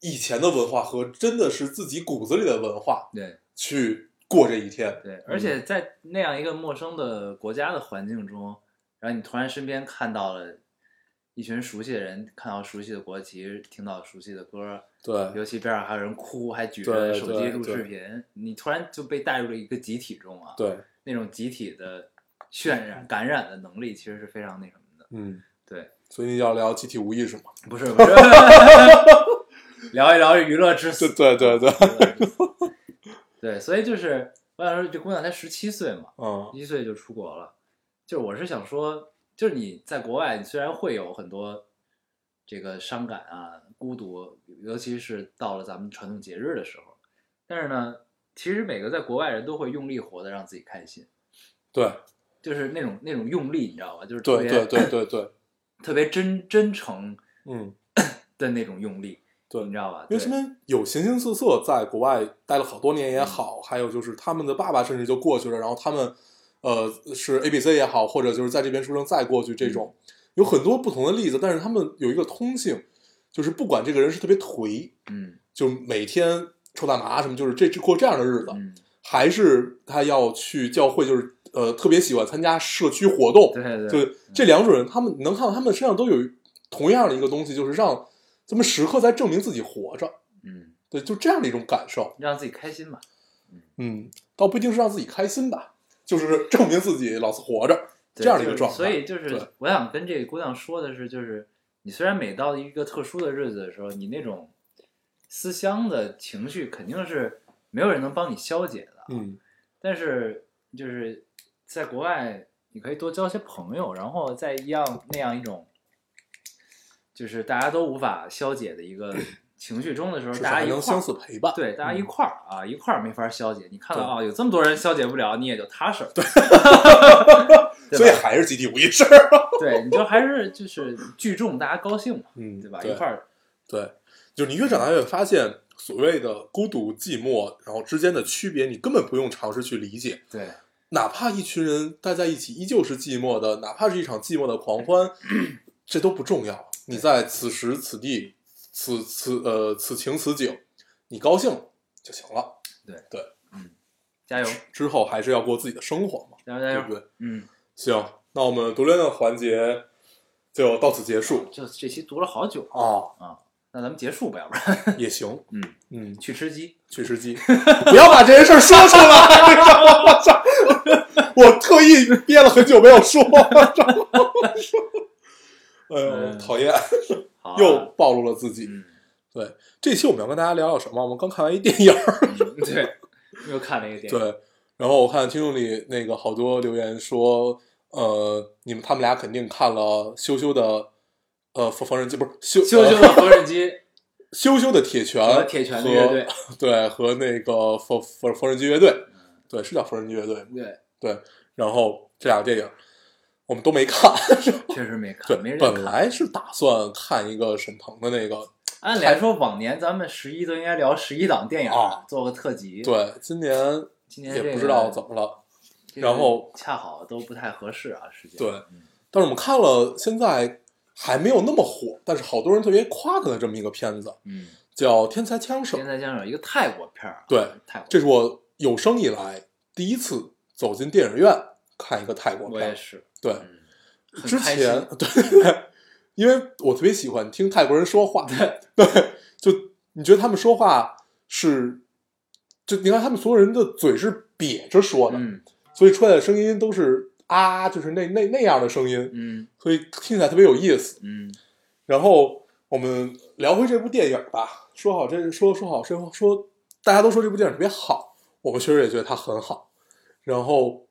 以前的文化和真的是自己骨子里的文化
对
去过这一天。
对，而且在那样一个陌生的国家的环境中，然后你突然身边看到了一群熟悉的人，看到熟悉的国旗，听到熟悉的歌，
对，
尤其边上还有人哭，还举
对
着手机
对
录视
对
频，你突然就被带入了一个集体中啊，
对，
那种集体的渲染、感染的能力其实是非常那什么的。
嗯，
对，
所以你要聊集体无意识嘛？
不是不 [LAUGHS] 是，聊一聊娱乐至
对
死。
对对对，
[LAUGHS] 对，所以就是我想说，这姑娘才十七岁嘛，
嗯
一岁就出国了。就是我是想说，就是你在国外，你虽然会有很多这个伤感啊、孤独，尤其是到了咱们传统节日的时候，但是呢，其实每个在国外人都会用力活得让自己开心，
对
就是那种那种用力，你知道吧？就是特
对
别
对对对对，
特别真真诚
嗯，
的那种用力，
对
你知道吧？
因
对
为身边有形形色色，在国外待了好多年
嗯
也好，还有就是他们的爸爸甚至就过去了，然后他们，呃，是 A B C 也好，或者就是在这边出生再过去
嗯
这种，有很多不同的例子，但是他们有一个通性，就是不管这个人是特别颓，
嗯
就每天抽大麻什么，就是这这过这样的日子，
嗯，
还是他要去教会，就是呃特别喜欢参加社区活动，
对对
就
对，嗯
是这两种人，他们能看到他们身上都有同样的一个东西，就是让他们时刻在证明自己活着。
嗯，
对，就这样的一种感受，
让自己开心嘛。
嗯，倒不一定是让自己开心吧，就是 [LAUGHS] 证明自己老子活着
对
这样的一
就
个
是
状态。
所以就是
对
我想跟这个姑娘说的是，就是你虽然每到一个特殊的日子的时候，你那种思乡的情绪肯定是没有人能帮你消解的。
嗯，
但是就是在国外，你可以多交些朋友，然后在一样那样一种，就是大家都无法消解的一个情绪中的时候，
至少
大家
还
一
嗯能
块
相
儿，
互陪伴。
对，大家一
嗯
块儿啊，一块儿没法消解。你看到
对
啊，有这么多人消解不了，你也就踏实了。对，
所以
吧？
还是集体无意识儿。 [LAUGHS]
对，你就还是就是聚众，大家高兴嘛，
嗯
对吧？一块儿，
对，就是你越长大越发现，所谓的孤独、寂寞，然后之间的区别，你根本不用尝试去理解。
对
哪怕一群人待在一起依旧是寂寞的，哪怕是一场寂寞的狂欢， [CLEARS THROAT] 这都不重要。你在此时此地，此此呃此情此景，你高兴了就行了。
加油，
之后还是要过自己的生活嘛，
加油，加
对
油！
不对？
嗯，
行，那我们独恋的环节就到此结束
就这期读了好久，
啊，
那咱们结束吧，要不然
[LAUGHS] 也行。
嗯
嗯，
去吃鸡。
去
[LAUGHS]
吃鸡，不要把这件事儿说出来。 [LAUGHS] 我操！我特意憋了很久没有说。
[LAUGHS]
哎呦，
嗯
讨厌，
好啊
又暴露了自己。
嗯，
对，这期我们要跟大家聊聊什么？我们刚看完一电影儿，
嗯对，又看了一个电影，
对。然后我看听众里那个好多留言说，呃，你们他们俩肯定看了羞羞的，呃，缝缝纫机不是羞
羞羞
呃
的缝纫机
羞羞的铁拳
和铁拳的乐队，嗯
对，啊和那个缝缝缝纫机乐队，对，是叫缝纫机乐队吗
对，
对，然后这俩电影我们都没看，
确实没看，没人
对，本
看。
来是打算看一个沈腾的那个，
按理来说，往年咱们十一都应该聊十一档电影
啊，
做个特辑。，
对，今年
今年这
也
个
不知道怎，么了，
这个
然后
恰好都不太合适啊，时间。
对
嗯
但是我们看了，现在还没有那么火，但是好多人特别夸他的这么一个片子，
嗯，
叫《天才枪手
现》，在将有一个泰国片儿啊，
对，
泰国，
这是我有生以来第一次走进电影院看一个泰国
我
片
也
儿，
是，
对，
嗯，很
之
开
前
[LAUGHS] 心嗯
对，因为我特别喜欢听泰国人说话，对，就你觉得他们说话是，就你看他们所有人的嘴是瘪着说的，
嗯
所以出来的声音都是啊，就是那那那样的声音，
嗯
所以听起来特别有意思。
嗯，
然后我们聊回这部电影吧，说好这说说好说说，大家都说这部电影特别好，我们确实也觉得它很好。然后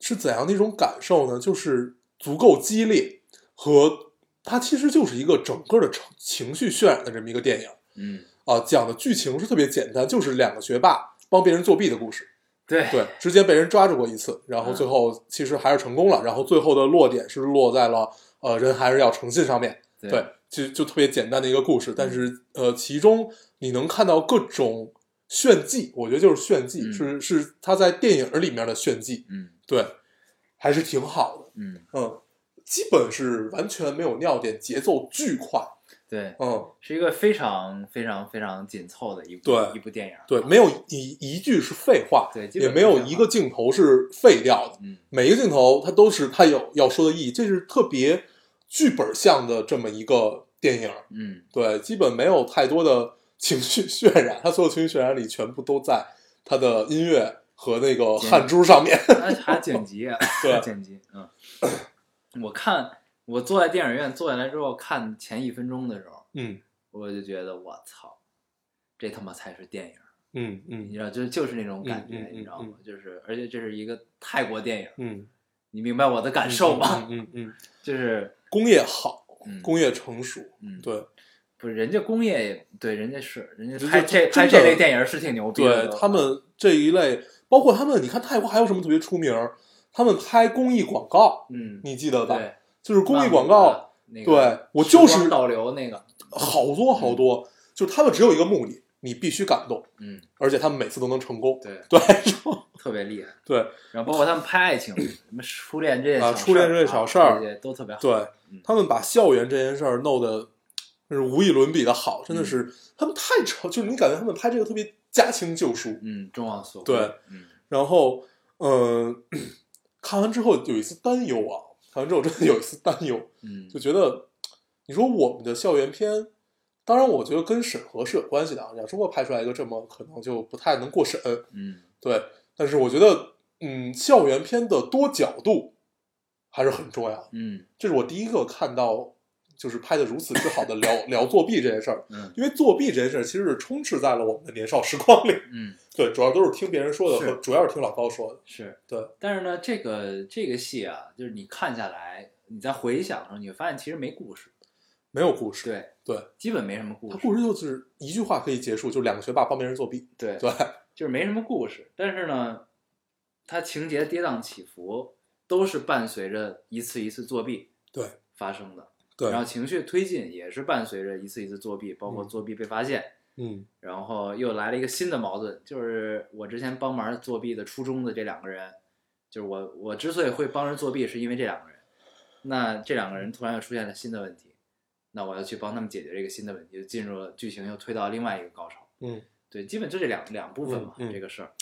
是怎样的一种感受呢？就是足够激烈，和它其实就是一个整个的情情绪渲染的这么一个电影
嗯，
啊，讲的剧情是特别简单，就是两个学霸帮别人作弊的故事。
对
对，之前被人抓住过一次，然后最后其实还是成功了，然后最后的落点是落在了呃人还是要诚信上面，
对嗯
对，就就特别简单的一个故事，但是呃其中你能看到各种炫技，我觉得就是炫技，
嗯
是是他在电影里面的炫技，
嗯
对，还是挺好的，
嗯，
嗯，基本是完全没有尿点，节奏巨快，
对，
嗯，
是一个非常非常非常紧凑的一部
对
一部电影啊，
对，没有一一句是废话，
对基本
也没有一个镜头是废掉的。
嗯
每一个镜头它都是它有要说的意义，这是特别剧本向的这么一个电影，
嗯
对，基本没有太多的情绪渲染，它所有情绪渲染里全部都在它的音乐和那个汗珠上面，
还还剪辑啊，
[LAUGHS]
[LAUGHS]
对
还剪辑，嗯，我看我坐在电影院坐下来之后看前一分钟的时候，
嗯
我就觉得我操，这他妈才是电影，
嗯
你
嗯
知道，就就是那种感觉，
嗯嗯嗯
你知道吗？
嗯
就是而且这是一个泰国电影，
嗯，
你明白我的感受吗？
嗯嗯嗯，
[LAUGHS] 就是
工业好，
嗯
工业成熟，
嗯，
对
不是人家工业也对，人家是人
就
家拍
就
这
真
拍这
的
类电影是挺牛逼的
对
都，，
他们这一类，包括他们，你看泰国还有什么特别出名儿？他们拍公益广告，
嗯，
你记得吧？
对，
就是公益
漫
广
舞
告。
的那个
对我
时
就
光
是
倒流那个，
好多好多，就是他们只有一个目的，你必须感动，
嗯，
而且他们每次都能成功。 [LAUGHS]
对，
对
特别厉害。
对
然后包括他们拍爱情，什么初恋这些
啊
小事儿
初恋这些小事儿
啊这些都特别好。
对
嗯，
他们把校园这件事儿弄得是无与伦比的好，
嗯
真的是他们太成，就是你感觉他们拍这个特别驾轻就熟。
嗯，众望所归。
对，
嗯，
然后，嗯、看完之后有一丝担忧啊，看完之后真的有一丝担忧，
嗯，
就觉得你说我们的校园片。当然，我觉得跟审核是有关系的啊。亚洲国拍出来一个这么可能就不太能过审，
嗯，
对，但是我觉得，嗯，校园片的多角度还是很重要的。
嗯，
这是我第一个看到就是拍的如此之好的聊聊作弊这件事儿，
嗯
因为作弊这件事儿其实是充斥在了我们的年少时光里。
嗯，
[LAUGHS] 对，主要都是听别人说的，
是
和主要是听老高说的。
是。
对，
但是呢，这个这个戏啊，就是你看下来，你再回想的时候，你会发现其实没故事，
没有故事。
对，
对，
基本没什么故
他
事，
故事就是一句话可以结束，就两个学霸帮别人作弊。
对，
[LAUGHS] 对，
就是没什么故事。但是呢，它情节跌宕起伏，都是伴随着一次一次作弊
对，
发生的。
对
然，后情绪推进也是伴随着一次一次作弊，包括
嗯
作弊被发现，
嗯，
然后又来了一个新的矛盾，就是我之前帮忙作弊的初衷的这两个人，就是我我之所以会帮人作弊，是因为这两个人，那这两个人突然又出现了新的问题，那我要去帮他们解决这个新的问题，就进入了剧情又推到另外一个高潮，
嗯，
对，基本就这两两部分嘛，
嗯嗯
这个事儿，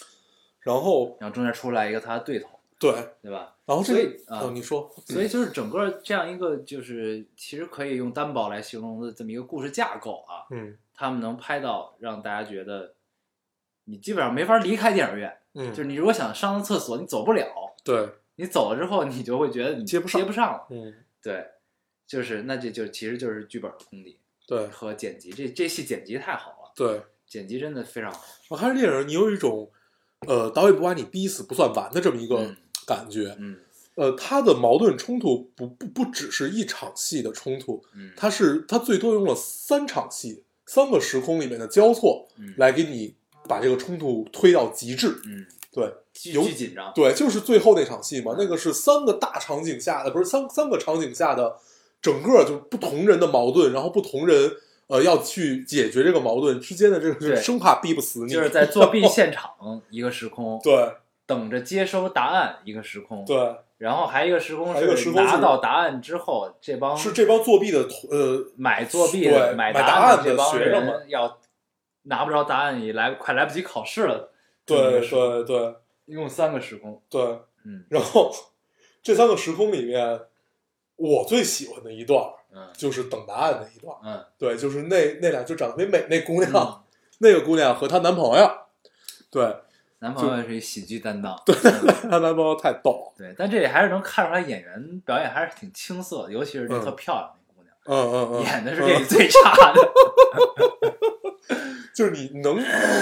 然后
然后中间出来一个他的对头，
对，
对吧？
然后这
所以
个，
啊
哦你说，
所以就是整个这样一个就是其实可以用单薄来形容的这么一个故事架构啊，
嗯
他们能拍到让大家觉得你基本上没法离开电影院，
嗯，
就是你如果想上个厕所，你走不了，
对，
你走了之后，你就会觉得你
接不上
接不上了。
嗯
对，就是那这就其实就是剧本的功底
对
和剪辑，这这戏剪辑太好了，
对。
剪辑真的非常好。
我看这电影，你有一种，呃，导演不把你逼死不算完的这么一个
嗯
感觉。
嗯
呃，他的矛盾冲突不不不只是一场戏的冲突，
嗯，
他是他最多用了三场戏，三个时空里面的交错
嗯
来给你把这个冲突推到极致。
嗯
对
巨
有
巨紧张，
对，就是最后那场戏嘛，那个是三个大场景下的，不是三三个场景下的整个就不同人的矛盾，然后不同人。呃，要去解决这个矛盾之间的这个，
对
生怕逼不死你， [LAUGHS]
就是在作弊现场一个时空，
对
等着接收答案一个时空，
对，
然后还有一个时空
还有一个时
是
空是
拿到答案之后，这帮
是这帮作弊的同呃，
买作弊
对
的、买
买答
案
案的
这帮
学生们
人要拿不着答案，也来快来不及考试了。
对
说
对对
一共三个时空，
对，
嗯
然后这三个时空里面，我最喜欢的一段儿
嗯
就是等答案的一段儿，
嗯
对，就是那那俩就长得没美那姑娘，
嗯，
[LAUGHS] 那个姑娘和她男朋友，对，
男朋友是一喜剧担当，嗯
她男朋友太逗，
对，但这里还是能看出来演员表演还是挺青涩的，尤其是那
嗯
特漂亮那姑娘，
嗯嗯嗯，
演的是
嗯 [LAUGHS]
这里最差的。
就是你能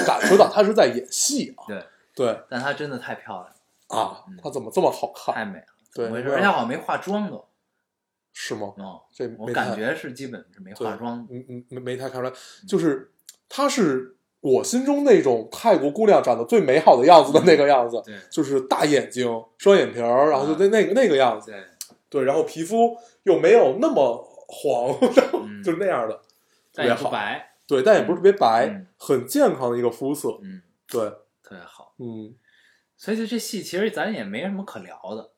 感受到她是在演戏啊，
对，
对
但她真的太漂亮，
啊
嗯，
她怎么这么好看？
太美了，怎
对
么回事？哎
我也
而且好像没化妆都，
是吗？
嗯，
这
我
没
感
太
觉是基本是没
对
化妆的，
嗯嗯，没没太看出来，就是她是我心中那种泰国姑娘长得最美好的样子的那个样子，
对
就是大眼睛、双眼皮儿，然后
嗯
就那那个那个样子，
对，
对，然后皮肤又没有那么黄， [LAUGHS] 然后
嗯
就是那样的，特
但
别
也不
好，
白，
对，但也不是特别白，
嗯
很健康的一个肤色，
嗯，
对，
特别好。
嗯，
所以就这戏其实咱也没什么可聊的，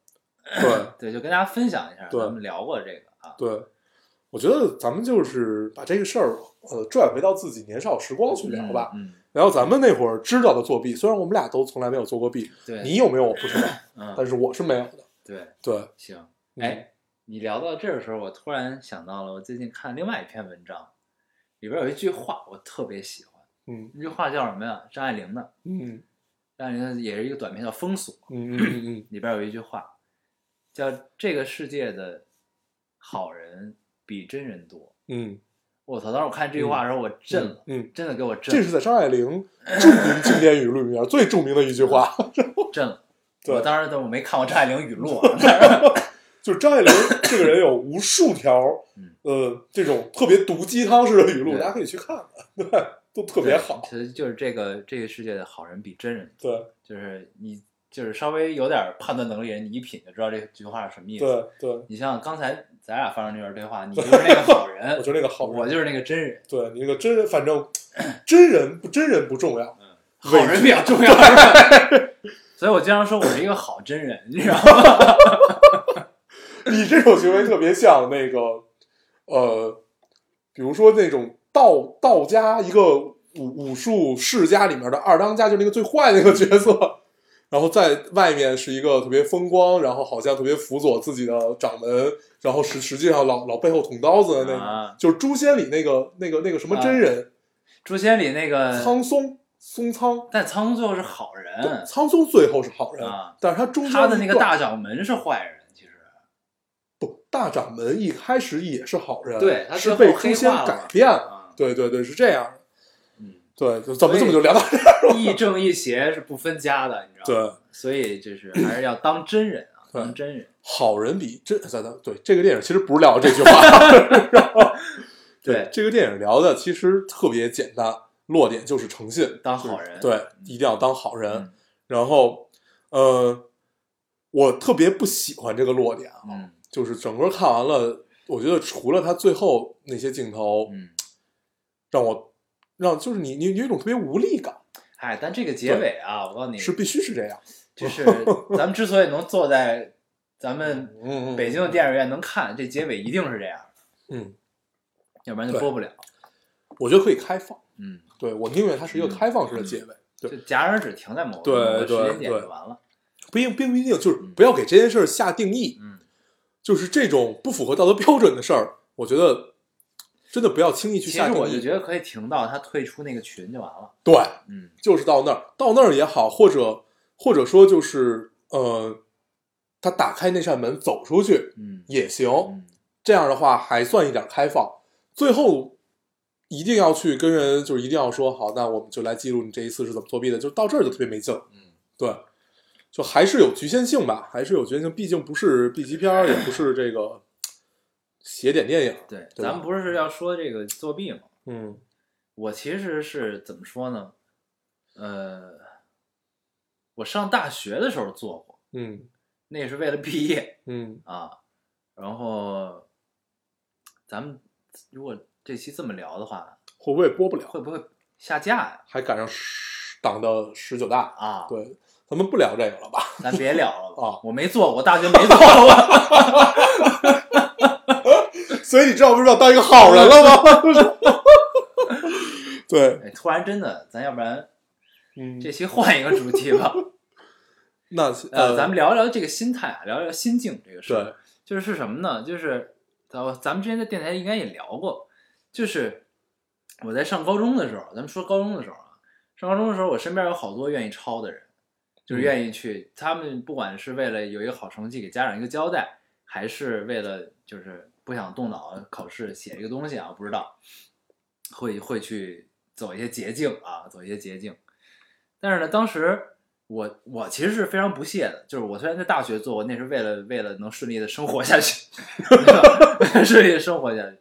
对
对，就跟大家分享一下，
对
咱们聊过这个啊，
对。我觉得咱们就是把这个事儿，呃，拽回到自己年少时光去聊吧。
嗯，
然后咱们那会儿知道的作弊，虽然我们俩都从来没有做过弊，
嗯对，
你有没有我不知道，但
嗯，
是我是没有的。
对，
对，
行，
嗯
哎，你聊到这儿的时候，我突然想到了，我最近看另外一篇文章，里边有一句话我特别喜欢，
嗯
那句话叫什么呀？张爱玲的，
嗯
张爱玲的也是一个短片叫《封锁》，
嗯嗯嗯嗯，
里边有一句话叫“这个世界的好人比真人多”。
嗯，
我操！当时我看这句话的时候，我震了，
嗯，
真的给我震
这
了。
是在张爱玲著名经典语录里面最著名的一句话，
震了。
[LAUGHS] 对
我当时都我没看过张爱玲语
[LAUGHS]
录啊，但是
就是张爱玲这个人有无数条
嗯，
呃，这种特别毒鸡汤式的语录，
对
大家可以去看看， [LAUGHS] 对，都特别好。
[LAUGHS] 其实就是这个这个世界的好人比真人，
对
就是你就是稍微有点判断能力的人，你一品就知道这句话是什么意思。
对对，
你像刚才咱俩发生这段对话，你就是那个好人，
[LAUGHS] 我觉得那个好人，
我就是那个真人，
对你那个真人，反正真人不真人不重要，
好人比较重要。 [LAUGHS] 所以我经常说我是一个好真人，你知道吗？
你这种行为特别像那个，呃，比如说那种道道家一个武武术世家里面的二当家，就是那个最坏那个角色，然后在外面是一个特别风光，然后好像特别辅佐自己的掌门，然后实实际上老老背后捅刀子的那个，
啊
就是《诛仙》里那个那个那个什么真人、
《诛仙》里那个，
苍松松苍，
但苍松最后是好人，
苍松最后是好人，
嗯啊
但是他中间
他的那个
一段 [LAUGHS]
大掌门是坏人，其实
不大掌门一开始也是好人，
对他
是
最后
被诛
黑
仙
化了
改变
啊
了。对对对，是这样的。
嗯，
对，就怎
所
么
以
怎么就聊到这儿？
亦正亦邪是不分家的，你知道吗？
对，
对，所以就是还是要当真人啊，
对
当真人。
好人比真咱咱对这个电影其实不是聊这句话，然后
[LAUGHS] 对
这个电影聊的其实特别简单，落点就是诚信，
当好人
对，一定要当好人。
嗯
然后，呃，我特别不喜欢这个落点啊，
嗯
就是整个看完了，我觉得除了他最后那些镜头，
嗯，
让我让就是你你你有一种特别无力感，
哎，但这个结尾啊，我告诉你，
是必须是这样。 [LAUGHS]
就是咱们之所以能坐在咱们
嗯，嗯
北京的电影院能看，这结尾一定是这样，
嗯，
要不然就
对
播不了。
我觉得可以开放，
嗯，
对我宁愿它是一个
嗯
开放式的结尾，对
就戛然而止，停在某
对
某个时
对
间点
对
就完了。
不一定并不一定就是不要给这件事儿下定义，
嗯，
就是这种不符合道德标准的事儿，我觉得真的不要轻易去
其
下
实
定
我就
义。
觉得可以停到他退出那个群就完了。
对，
嗯
就是到那儿，到那儿也好，或者或者说就是呃，他打开那扇门走出去
嗯
也行，
嗯
这样的话还算一点开放。最后一定要去跟人，就是一定要说好，那我们就来记录你这一次是怎么作弊的，就到这儿就特别没劲。
嗯，
对，就还是有局限性吧，还是有局限性，毕竟不是 B 级片儿，也不是这个邪典电影。
对，
对
咱
吧
们不是要说这个作弊吗？
嗯
我其实是怎么说呢？呃，我上大学的时候做过，
嗯
那是为了毕业
嗯
啊。然后，咱们如果这期这么聊的话，
会不会播不了？
会不会下架呀？
还赶上十党的十九大？
啊，
对，咱们不聊这个了吧？ [LAUGHS]
咱别聊了吧
啊
我没做过，大学没做过。 [LAUGHS]
所以你知道不知道当一个好人了吗？ [LAUGHS] 对，
哎突然真的，咱要不然
嗯，
这期换一个主题
[LAUGHS]
吧。
那
呃，咱们聊一聊这个心态啊，聊一聊心境这个事儿。
对，
就是是什么呢？就是咱咱们之前在电台应该也聊过，就是我在上高中的时候，咱们说高中的时候啊，上高中的时候，我身边有好多愿意抄的人，就是愿意去，他们不管是为了有一个好成绩给家长一个交代，还是为了就是不想动脑考试写一个东西啊，不知道，会会去走一些捷径啊，走一些捷径。但是呢，当时我我其实是非常不屑的，就是我虽然在大学做过，那是为了为了能顺利的生活下去，为了顺利的生活下去。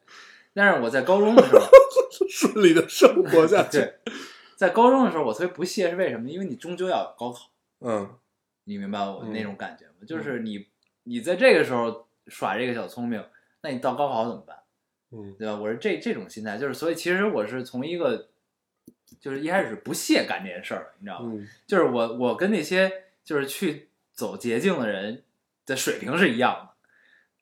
但是我在高中的时
[LAUGHS]
候，
顺利的生活下
[LAUGHS]
去。
对，在高中的时候我特别不屑是为什么？因为你终究要有高考，
嗯
你明白我
嗯
那种感觉吗？就是你你在这个时候耍这个小聪明，那你到高考怎么办？
嗯
对吧？我是这这种心态，就是所以其实我是从一个就是一开始不屑干这件事儿的，你知道吗？
嗯
就是我我跟那些就是去走捷径的人的水平是一样的，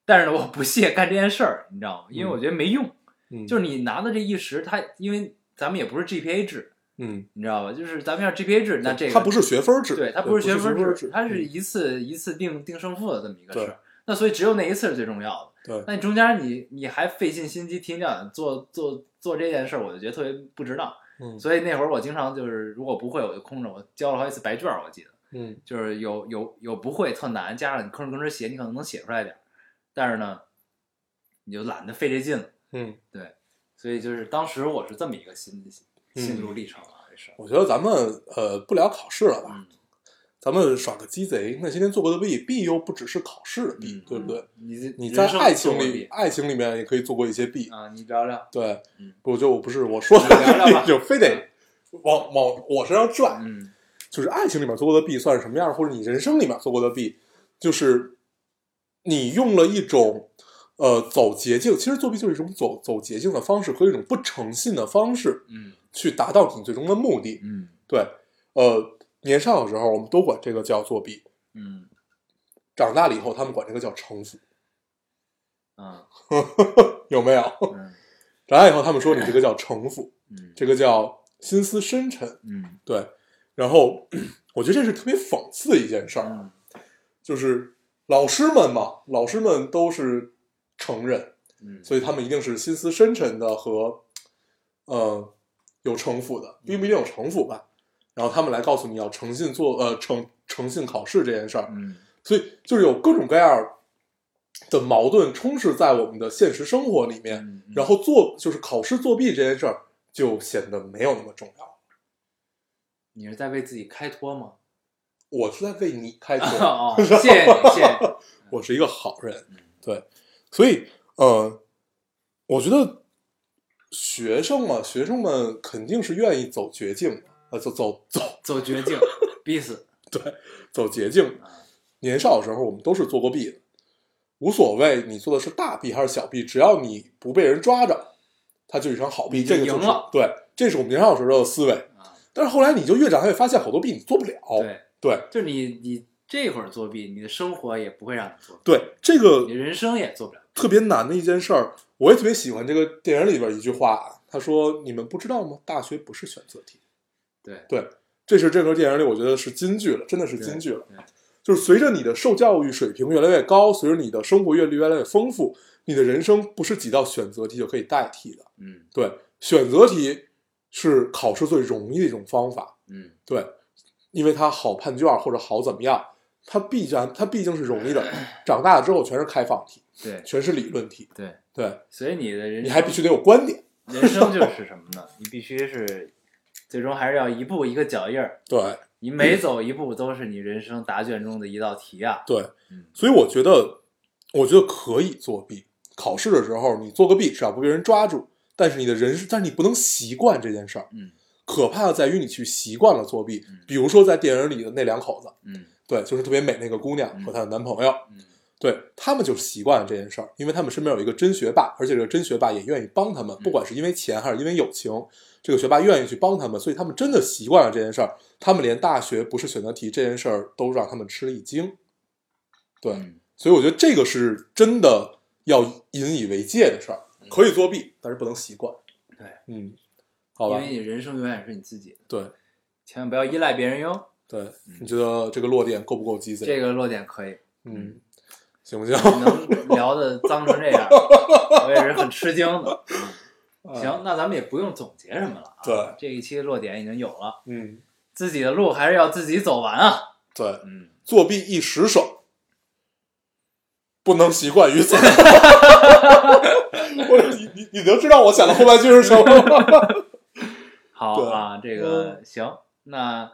但是呢，我不屑干这件事儿，你知道吗？因为我觉得没用。
嗯，
就是是你拿的这一时，它因为咱们也不是 GPA 制，
嗯，
你知道吧？就是咱们要 GPA 制，那这个
它不是学分制，
对，它
不
不是学分
分
制，它是
嗯
一次一次定定胜负的这么一个事
对
儿。那所以只有那一次是最重要的。
对
那你中间你你还费尽心机听讲做做做这件事儿，我就觉得特别不值当。
嗯
所以那会儿我经常就是，如果不会我就空着，我交了好几次白卷儿，我记得。
嗯
就是有有有不会特难，加上你吭哧吭哧写，你可能能写出来点儿，但是呢，你就懒得费这劲了。
嗯，
所以就是当时我是这么一个心心
嗯
路历程啊，这是。
我觉得咱们呃不聊考试了吧，
嗯
咱们耍个鸡贼。那些天做过的弊，弊又不只是考试的弊，
嗯
对不对？
你
你在爱情
人生
里，
做
爱情里面也可以做过一些弊
过，啊，你聊聊。
对
嗯，
我就我不是我说的
你聊
[LAUGHS]
聊吧
就非得往往我身上拽，
嗯
就是爱情里面做过的弊算是什么样，或者你人生里面做过的弊，就是你用了一种呃走捷径，其实作弊就是一种走走捷径的方式和一种不诚信的方式
嗯
去达到你最终的目的。
嗯
对，呃，年少的时候我们都管这个叫作弊，
嗯
长大了以后他们管这个叫城府，
啊
有没有？ [LAUGHS]
嗯
长大以后他们说你这个叫城府，
嗯
这个叫心思深沉。
嗯
对，然后 [CLEARS THROAT] 我觉得这是特别讽刺的一件事儿。
嗯
就是老师们嘛，老师们都是成人，
嗯，
所以他们一定是心思深沉的和，呃，有城府的，并不一定有城府吧。然后他们来告诉你要诚信做呃诚诚信考试这件事儿，
嗯
所以就是有各种各样的矛盾充斥在我们的现实生活里面，
嗯，嗯
然后作就是考试作弊这件事儿就显得没有那么重要了。
你是在为自己开脱吗？
我是在为你开脱，
[LAUGHS] 哦，
[LAUGHS]
哦谢谢你，谢谢你。
我是一个好人
嗯，
对，所以呃，我觉得学生嘛，学生们肯定是愿意走捷径的，呃，走走走
走绝境，逼死。
走捷径
啊。
年少的时候，我们都是做过弊的，无所谓你做的是大弊还是小弊，只要你不被人抓着，它就是一场好弊。
你就
这个就
赢
是
了
对，这是我们年少时候的思维。
啊，
但是后来你就越长大越发现，好多弊你做不了。
对，
对
就是你你这会儿作弊，你的生活也不会让你作弊，
对，这个
你人生也做不了。
特别难的一件事儿，我也特别喜欢这个电影里边一句话啊，他说：“你们不知道吗？大学不是选择题。
对”，
对，这是这个电影里我觉得是金句了，真的是金句了
对对。
就是随着你的受教育水平越来越高，随着你的生活阅历越来越丰富，你的人生不是几道选择题就可以代替的。
嗯
对，选择题是考试最容易的一种方法。
嗯，
对，因为它好判卷或者好怎么样，它必然它毕竟是容易的。长大了之后全是开放题，
对
全是理论题。
对，
对，
所以你的人
你还必须得有观点。
人生就是什么呢？你必须是最终还是要一步一个脚印儿，
对
你每走一步都是你人生答卷中的一道题啊。
对，
嗯
所以我觉得，我觉得可以作弊。考试的时候你做个弊，至少不被人抓住。但是你的人，但是你不能习惯这件事儿。
嗯
可怕的在于你去习惯了作弊
嗯，
比如说在电影里的那两口子，
嗯
对，就是特别美那个姑娘
嗯
和她的男朋友，
嗯
对他们就是习惯了这件事儿，因为他们身边有一个真学霸，而且这个真学霸也愿意帮他们，不管是因为钱还是因为友情，这个学霸愿意去帮他们，所以他们真的习惯了这件事儿。他们连大学不是选择题这件事儿都让他们吃了一惊。对，
嗯
所以我觉得这个是真的要引以为戒的事儿，可以作弊，但是不能习惯。
嗯对，
嗯，好吧
因为，你人生永远是你自己的，
对
千万不要依赖别人哟。
对，你觉得这个落点够不够鸡贼？
嗯这个落点可以， [LAUGHS]
嗯，行不行？
能
[LAUGHS]
聊的脏成这样，我也是很吃惊的。嗯行，那咱们也不用总结什么了啊。
对
这一期落点已经有了，
嗯，
自己的路还是要自己走完啊。
对。
嗯，
作弊一时手，不能习惯于此。 [LAUGHS] 我你你你能知道我想的后半句是什么吗？ [LAUGHS]
好啊，这个行，那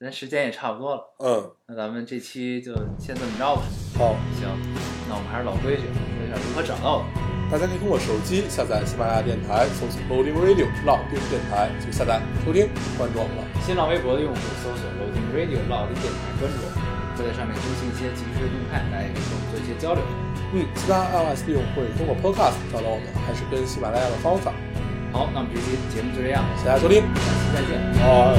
咱时间也差不多了，
嗯，
那咱们这期就先这么着吧。
好，
行，那我们还是老规矩，问一下如何找到我们。
大家可以通过手机下载喜马拉雅电台，搜索 Loading Radio 老丁电台就下载收听，关注我们了。
新浪微博的用户搜索 Loading Radio 老丁电台关注我们，会在上面更新一些即时的动态，大家也可以跟我们做一些交流。
嗯，其他 iOS 用户也通过 Podcast 找到我们，还是跟喜马拉雅的方法。
好，那我们这期节目就这样，
谢谢大家收听，
下期再见。
好。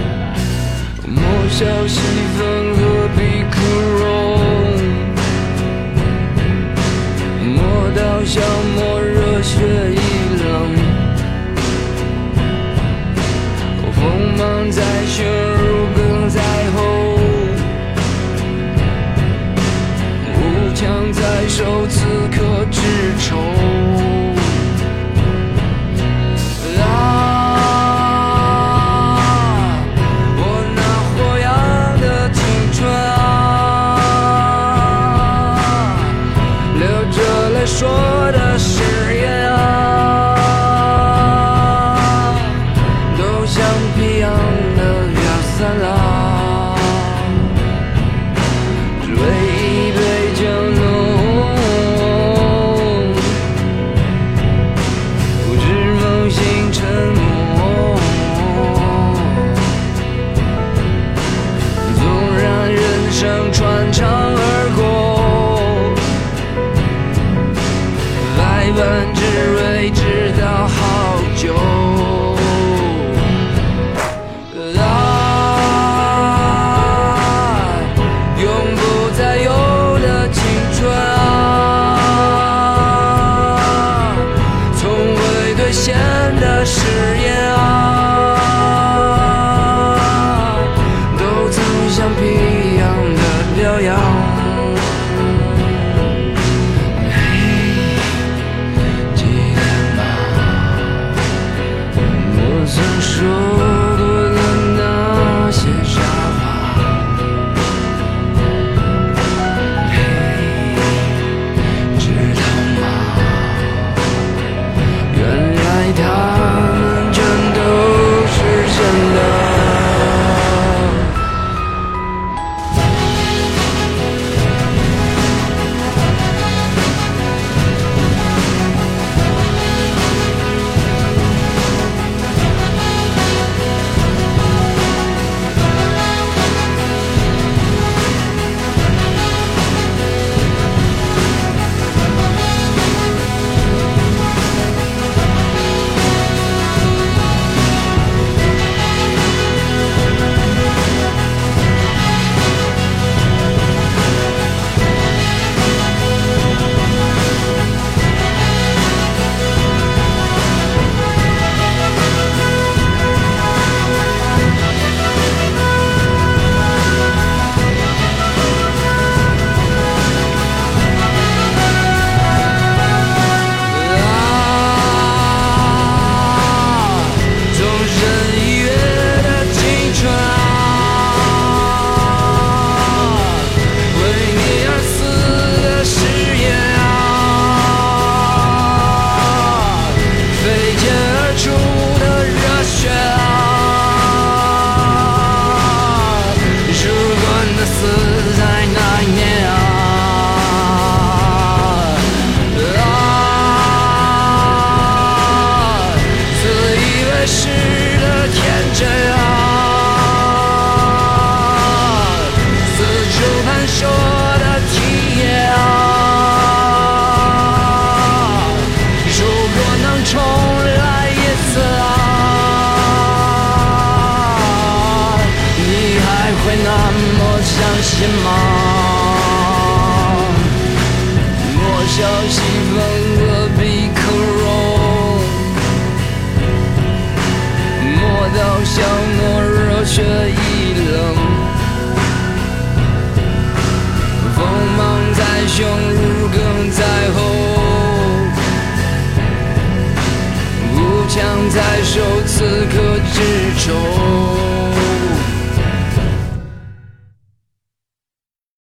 莫笑西风何必枯荣？莫道消磨热血已冷。锋芒在胸，如鲠在喉。无枪在手，此刻之仇。啊！我那火样的青春啊，流着泪说的誓言啊，都像皮样的飘散了。只为一杯酒浓，不知梦醒沉默。纵然人生穿肠而过，百般滋味直到好久。啊，永不再有的青春啊，从未兑现的誓言啊，都曾像皮一样的飘摇。啊小心翻个 B 克戎，莫道像我热血一冷，锋芒在胸，如鲠在喉，步枪在手，此刻之中。